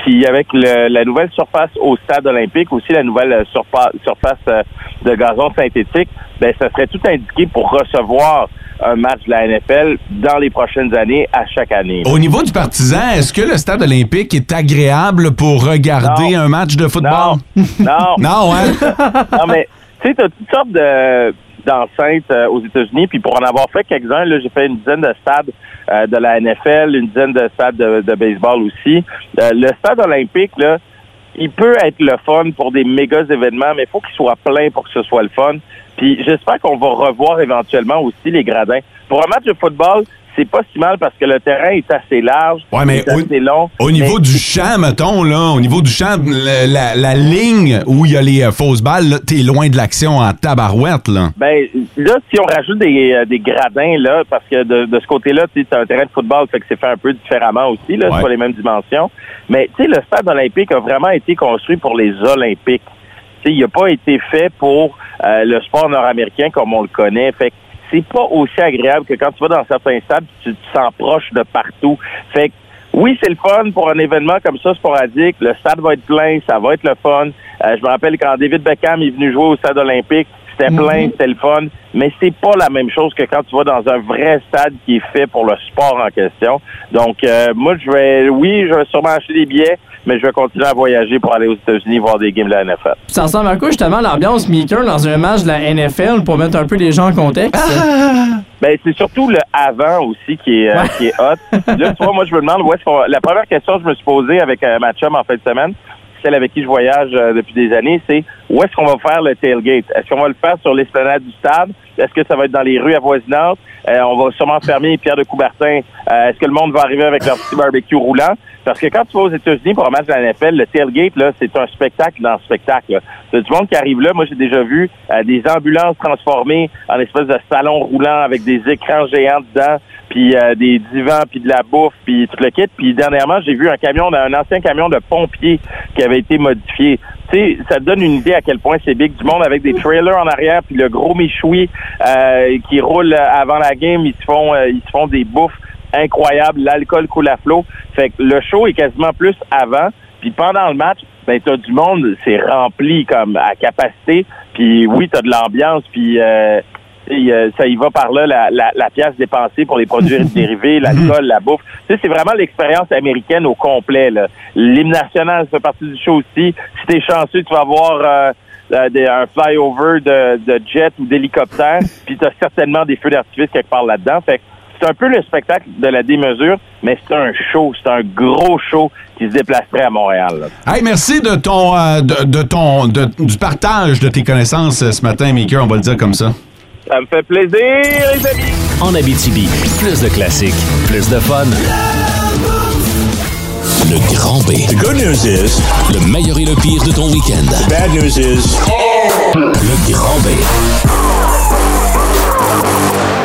N: Puis avec le- la nouvelle surface au stade olympique, aussi la nouvelle euh, surfa- surface euh, de gazon synthétique, ben ça serait tout indiqué pour recevoir un match de la NFL dans les prochaines années à chaque année.
C: Au niveau du partisan, est-ce que le stade olympique est agréable pour regarder un match de football?
N: Non.
C: non, hein?
N: non, mais tu sais, t'as toutes sortes de d'enceintes euh, aux États-Unis, puis pour en avoir fait quelques-uns, là, j'ai fait une dizaine de stades euh, de la NFL, une dizaine de stades de, de baseball aussi. Euh, le stade olympique, là, il peut être le fun pour des méga événements, mais il faut qu'il soit plein pour que ce soit le fun. Puis j'espère qu'on va revoir éventuellement aussi les gradins. Pour un match de football, c'est pas si mal parce que le terrain est assez large,
C: Ouais, mais
N: il est assez long.
C: [LAUGHS] Au niveau du champ, mettons, là, au niveau du champ, la, la- la ligne où il y a les euh, fausses balles, là, t'es loin de l'action en tabarouette, là.
N: Ben là, si on rajoute des, euh, des gradins là, parce que de, de ce côté-là, tu as un terrain de football, fait que c'est fait un peu différemment aussi là, c'est pas les mêmes dimensions. Mais tu sais, le stade olympique a vraiment été construit pour les Olympiques. Tu sais, il n'a pas été fait pour euh, le sport nord-américain comme on le connaît. Fait que c'est pas aussi agréable que quand tu vas dans certains stades, tu te sens proche de partout. Fait que oui, c'est le fun pour un événement comme ça sporadique. Le stade va être plein, ça va être le fun. Euh, je me rappelle quand David Beckham est venu jouer au stade olympique, c'était plein,
O: Mhm.
N: c'était le fun, mais c'est pas la même chose que quand tu vas dans un vrai stade qui est fait pour le sport en question. Donc, euh, moi, je vais, oui, je vais sûrement acheter des billets, mais je vais continuer à voyager pour aller aux États-Unis voir des games de la NFL.
E: Puis Ça ressemble à quoi justement l'ambiance Meeker dans un match de la NFL pour mettre un peu les gens en contexte?
N: Ben, c'est surtout le avant aussi qui est, euh, qui est hot. Là, tu vois, moi, je me demande où est-ce qu'on va- La première question que je me suis posée avec euh, ma chum en fin de semaine, celle avec qui je voyage euh, depuis des années, c'est où est-ce qu'on va faire le tailgate? Est-ce qu'on va le faire sur l'esplanade du stade? Est-ce que ça va être dans les rues avoisinantes? Euh, on va sûrement fermer Pierre de Coubertin. Euh, est-ce que le monde va arriver avec leur petit barbecue roulant? Parce que quand tu vas aux États-Unis pour un match de la NFL, le tailgate, là, c'est un spectacle dans le spectacle. là. T'as du monde qui arrive là. Moi, j'ai déjà vu euh, des ambulances transformées en espèce de salon roulant avec des écrans géants dedans, puis euh, des divans, puis de la bouffe, puis tout le kit. Puis dernièrement, j'ai vu un camion, un ancien camion de pompiers qui avait été modifié. Tu sais, ça te donne une idée à quel point c'est big du monde avec des trailers en arrière, puis le gros méchoui euh, qui roule euh, avant la game. Ils se font, euh, ils se font des bouffes incroyables. L'alcool coule à flot. Fait que le show est quasiment plus avant. Puis pendant le match, ben t'as du monde, c'est rempli comme à capacité. Puis oui, t'as de l'ambiance. Puis euh, et, euh, ça y va par là, la, la, la pièce dépensée pour les produits dérivés, l'alcool, la bouffe. Tu sais, c'est vraiment l'expérience américaine au complet. là. L'hymne national ça fait partie du show aussi. Si t'es chanceux, tu vas avoir euh, euh, des- un flyover de, de jet ou d'hélicoptère. Puis t'as certainement des feux d'artifice quelque part là-dedans. Fait que c'est un peu le spectacle de la démesure, mais c'est un show, c'est un gros show qui se déplacerait à Montréal. là.
C: Hey, merci de ton, euh, de, de ton de- du partage de tes connaissances euh, ce matin, Maker, on va le dire comme ça.
N: Ça me fait plaisir, les amis.
B: En Abitibi, plus de classiques, plus de fun. Le grand B. The good news is. Le meilleur et le pire de ton week-end. The bad news is. Le grand B.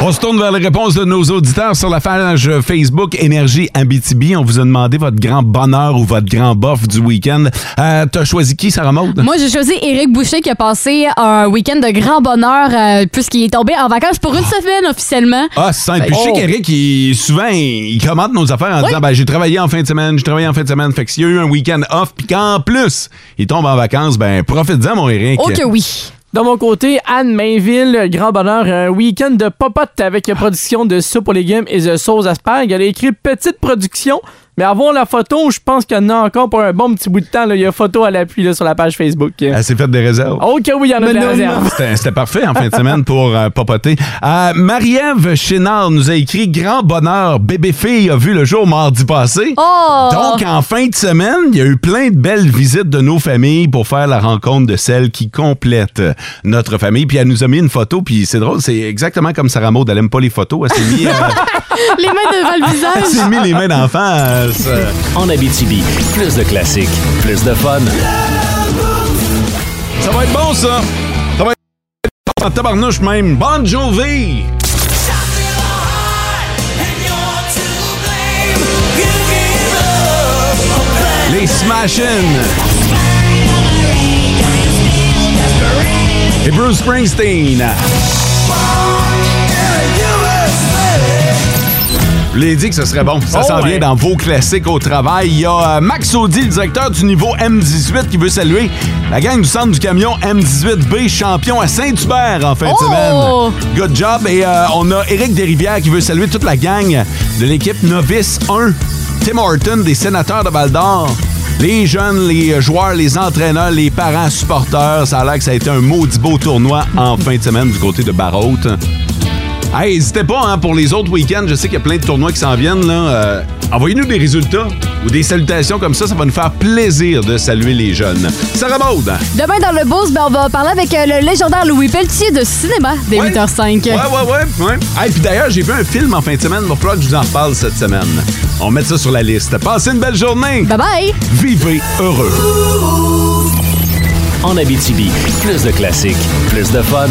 C: On se tourne vers les réponses de nos auditeurs sur la page Facebook Énergie Abitibi. On vous a demandé votre grand bonheur ou votre grand bof du week-end. Euh, T'as choisi qui, Sarah Maud?
D: Moi, j'ai choisi Éric Boucher qui a passé un week-end de grand bonheur euh, puisqu'il est tombé en vacances pour une semaine officiellement.
C: Ah, c'est simple. Puis Je sais
D: Oh.
C: qu'Éric, il- souvent, il commente nos affaires en disant ben, J'ai travaillé en fin de semaine, j'ai travaillé en fin de semaine. Fait que s'il y a eu un week-end off, puis qu'en plus, il tombe en vacances, ben, profite-en, mon Éric.
D: Oh, oui.
E: De mon côté, Anne Mainville, grand bonheur, un week-end de popote avec la production de soupe aux légumes et de sauce à spag. Elle a écrit petite production, mais avant la photo, je pense qu'il y en a encore pour un bon petit bout de temps. là. Il y a photo à l'appui là, sur la page Facebook.
C: Elle s'est faite des réserves.
E: Ok, oui, il y en a de la réserve.
C: C'était- C'était parfait en fin de semaine pour euh, papoter. Euh, Marie-Ève Chénard nous a écrit Grand bonheur, bébé-fille a vu le jour mardi passé.
D: Oh!
C: Donc, en fin de semaine, il y a eu plein de belles visites de nos familles pour faire la rencontre de celle qui complète notre famille. Puis elle nous a mis une photo, puis c'est drôle, c'est exactement comme Sarah Maud, elle aime pas les photos, elle s'est mis, euh,
D: Les mains devant le
C: elle
D: visage.
C: s'est mis les mains d'en face.
B: En Abitibi, plus de classiques, plus de fun.
C: Ça va être bon, ça! Ça va être bon en tabarnouche même. Bonne Jovi! Les Smashing! Et Bruce Springsteen! Je l'ai dit que ce serait bon. Ça
G: Oh,
C: s'en
G: ouais.
C: vient dans vos classiques au travail. Il y a euh, Max Audi, le directeur du niveau M18, qui veut saluer la gang du centre du camion M18B, champion à Saint-Hubert en fin
G: Oh!
C: de semaine. Good job. Et euh, on a Éric Desrivières qui veut saluer toute la gang de l'équipe Novice 1. Tim Horton, des sénateurs de Val-d'Or. Les jeunes, les joueurs, les entraîneurs, les parents, supporters. Ça a l'air que ça a été un maudit beau tournoi en fin de semaine du côté de Barraute. Hey, n'hésitez pas hein, pour les autres week-ends. Je sais qu'il y a plein de tournois qui s'en viennent. Là. Euh, envoyez-nous des résultats ou des salutations comme ça. Ça va nous faire plaisir de saluer les jeunes. Sarah Maud.
D: Demain dans le Beauce, ben, on va parler avec euh, le légendaire Louis Pelletier de cinéma dès 8h05.
C: Ouais, ouais, ouais. ouais. Hey, puis d'ailleurs, j'ai vu un film en fin de semaine. Il va falloir que je vous en parle cette semaine. On va mettre ça sur la liste. Passez une belle journée.
D: Bye bye.
C: Vivez heureux.
B: En Abitibi, plus de classiques, plus de fun.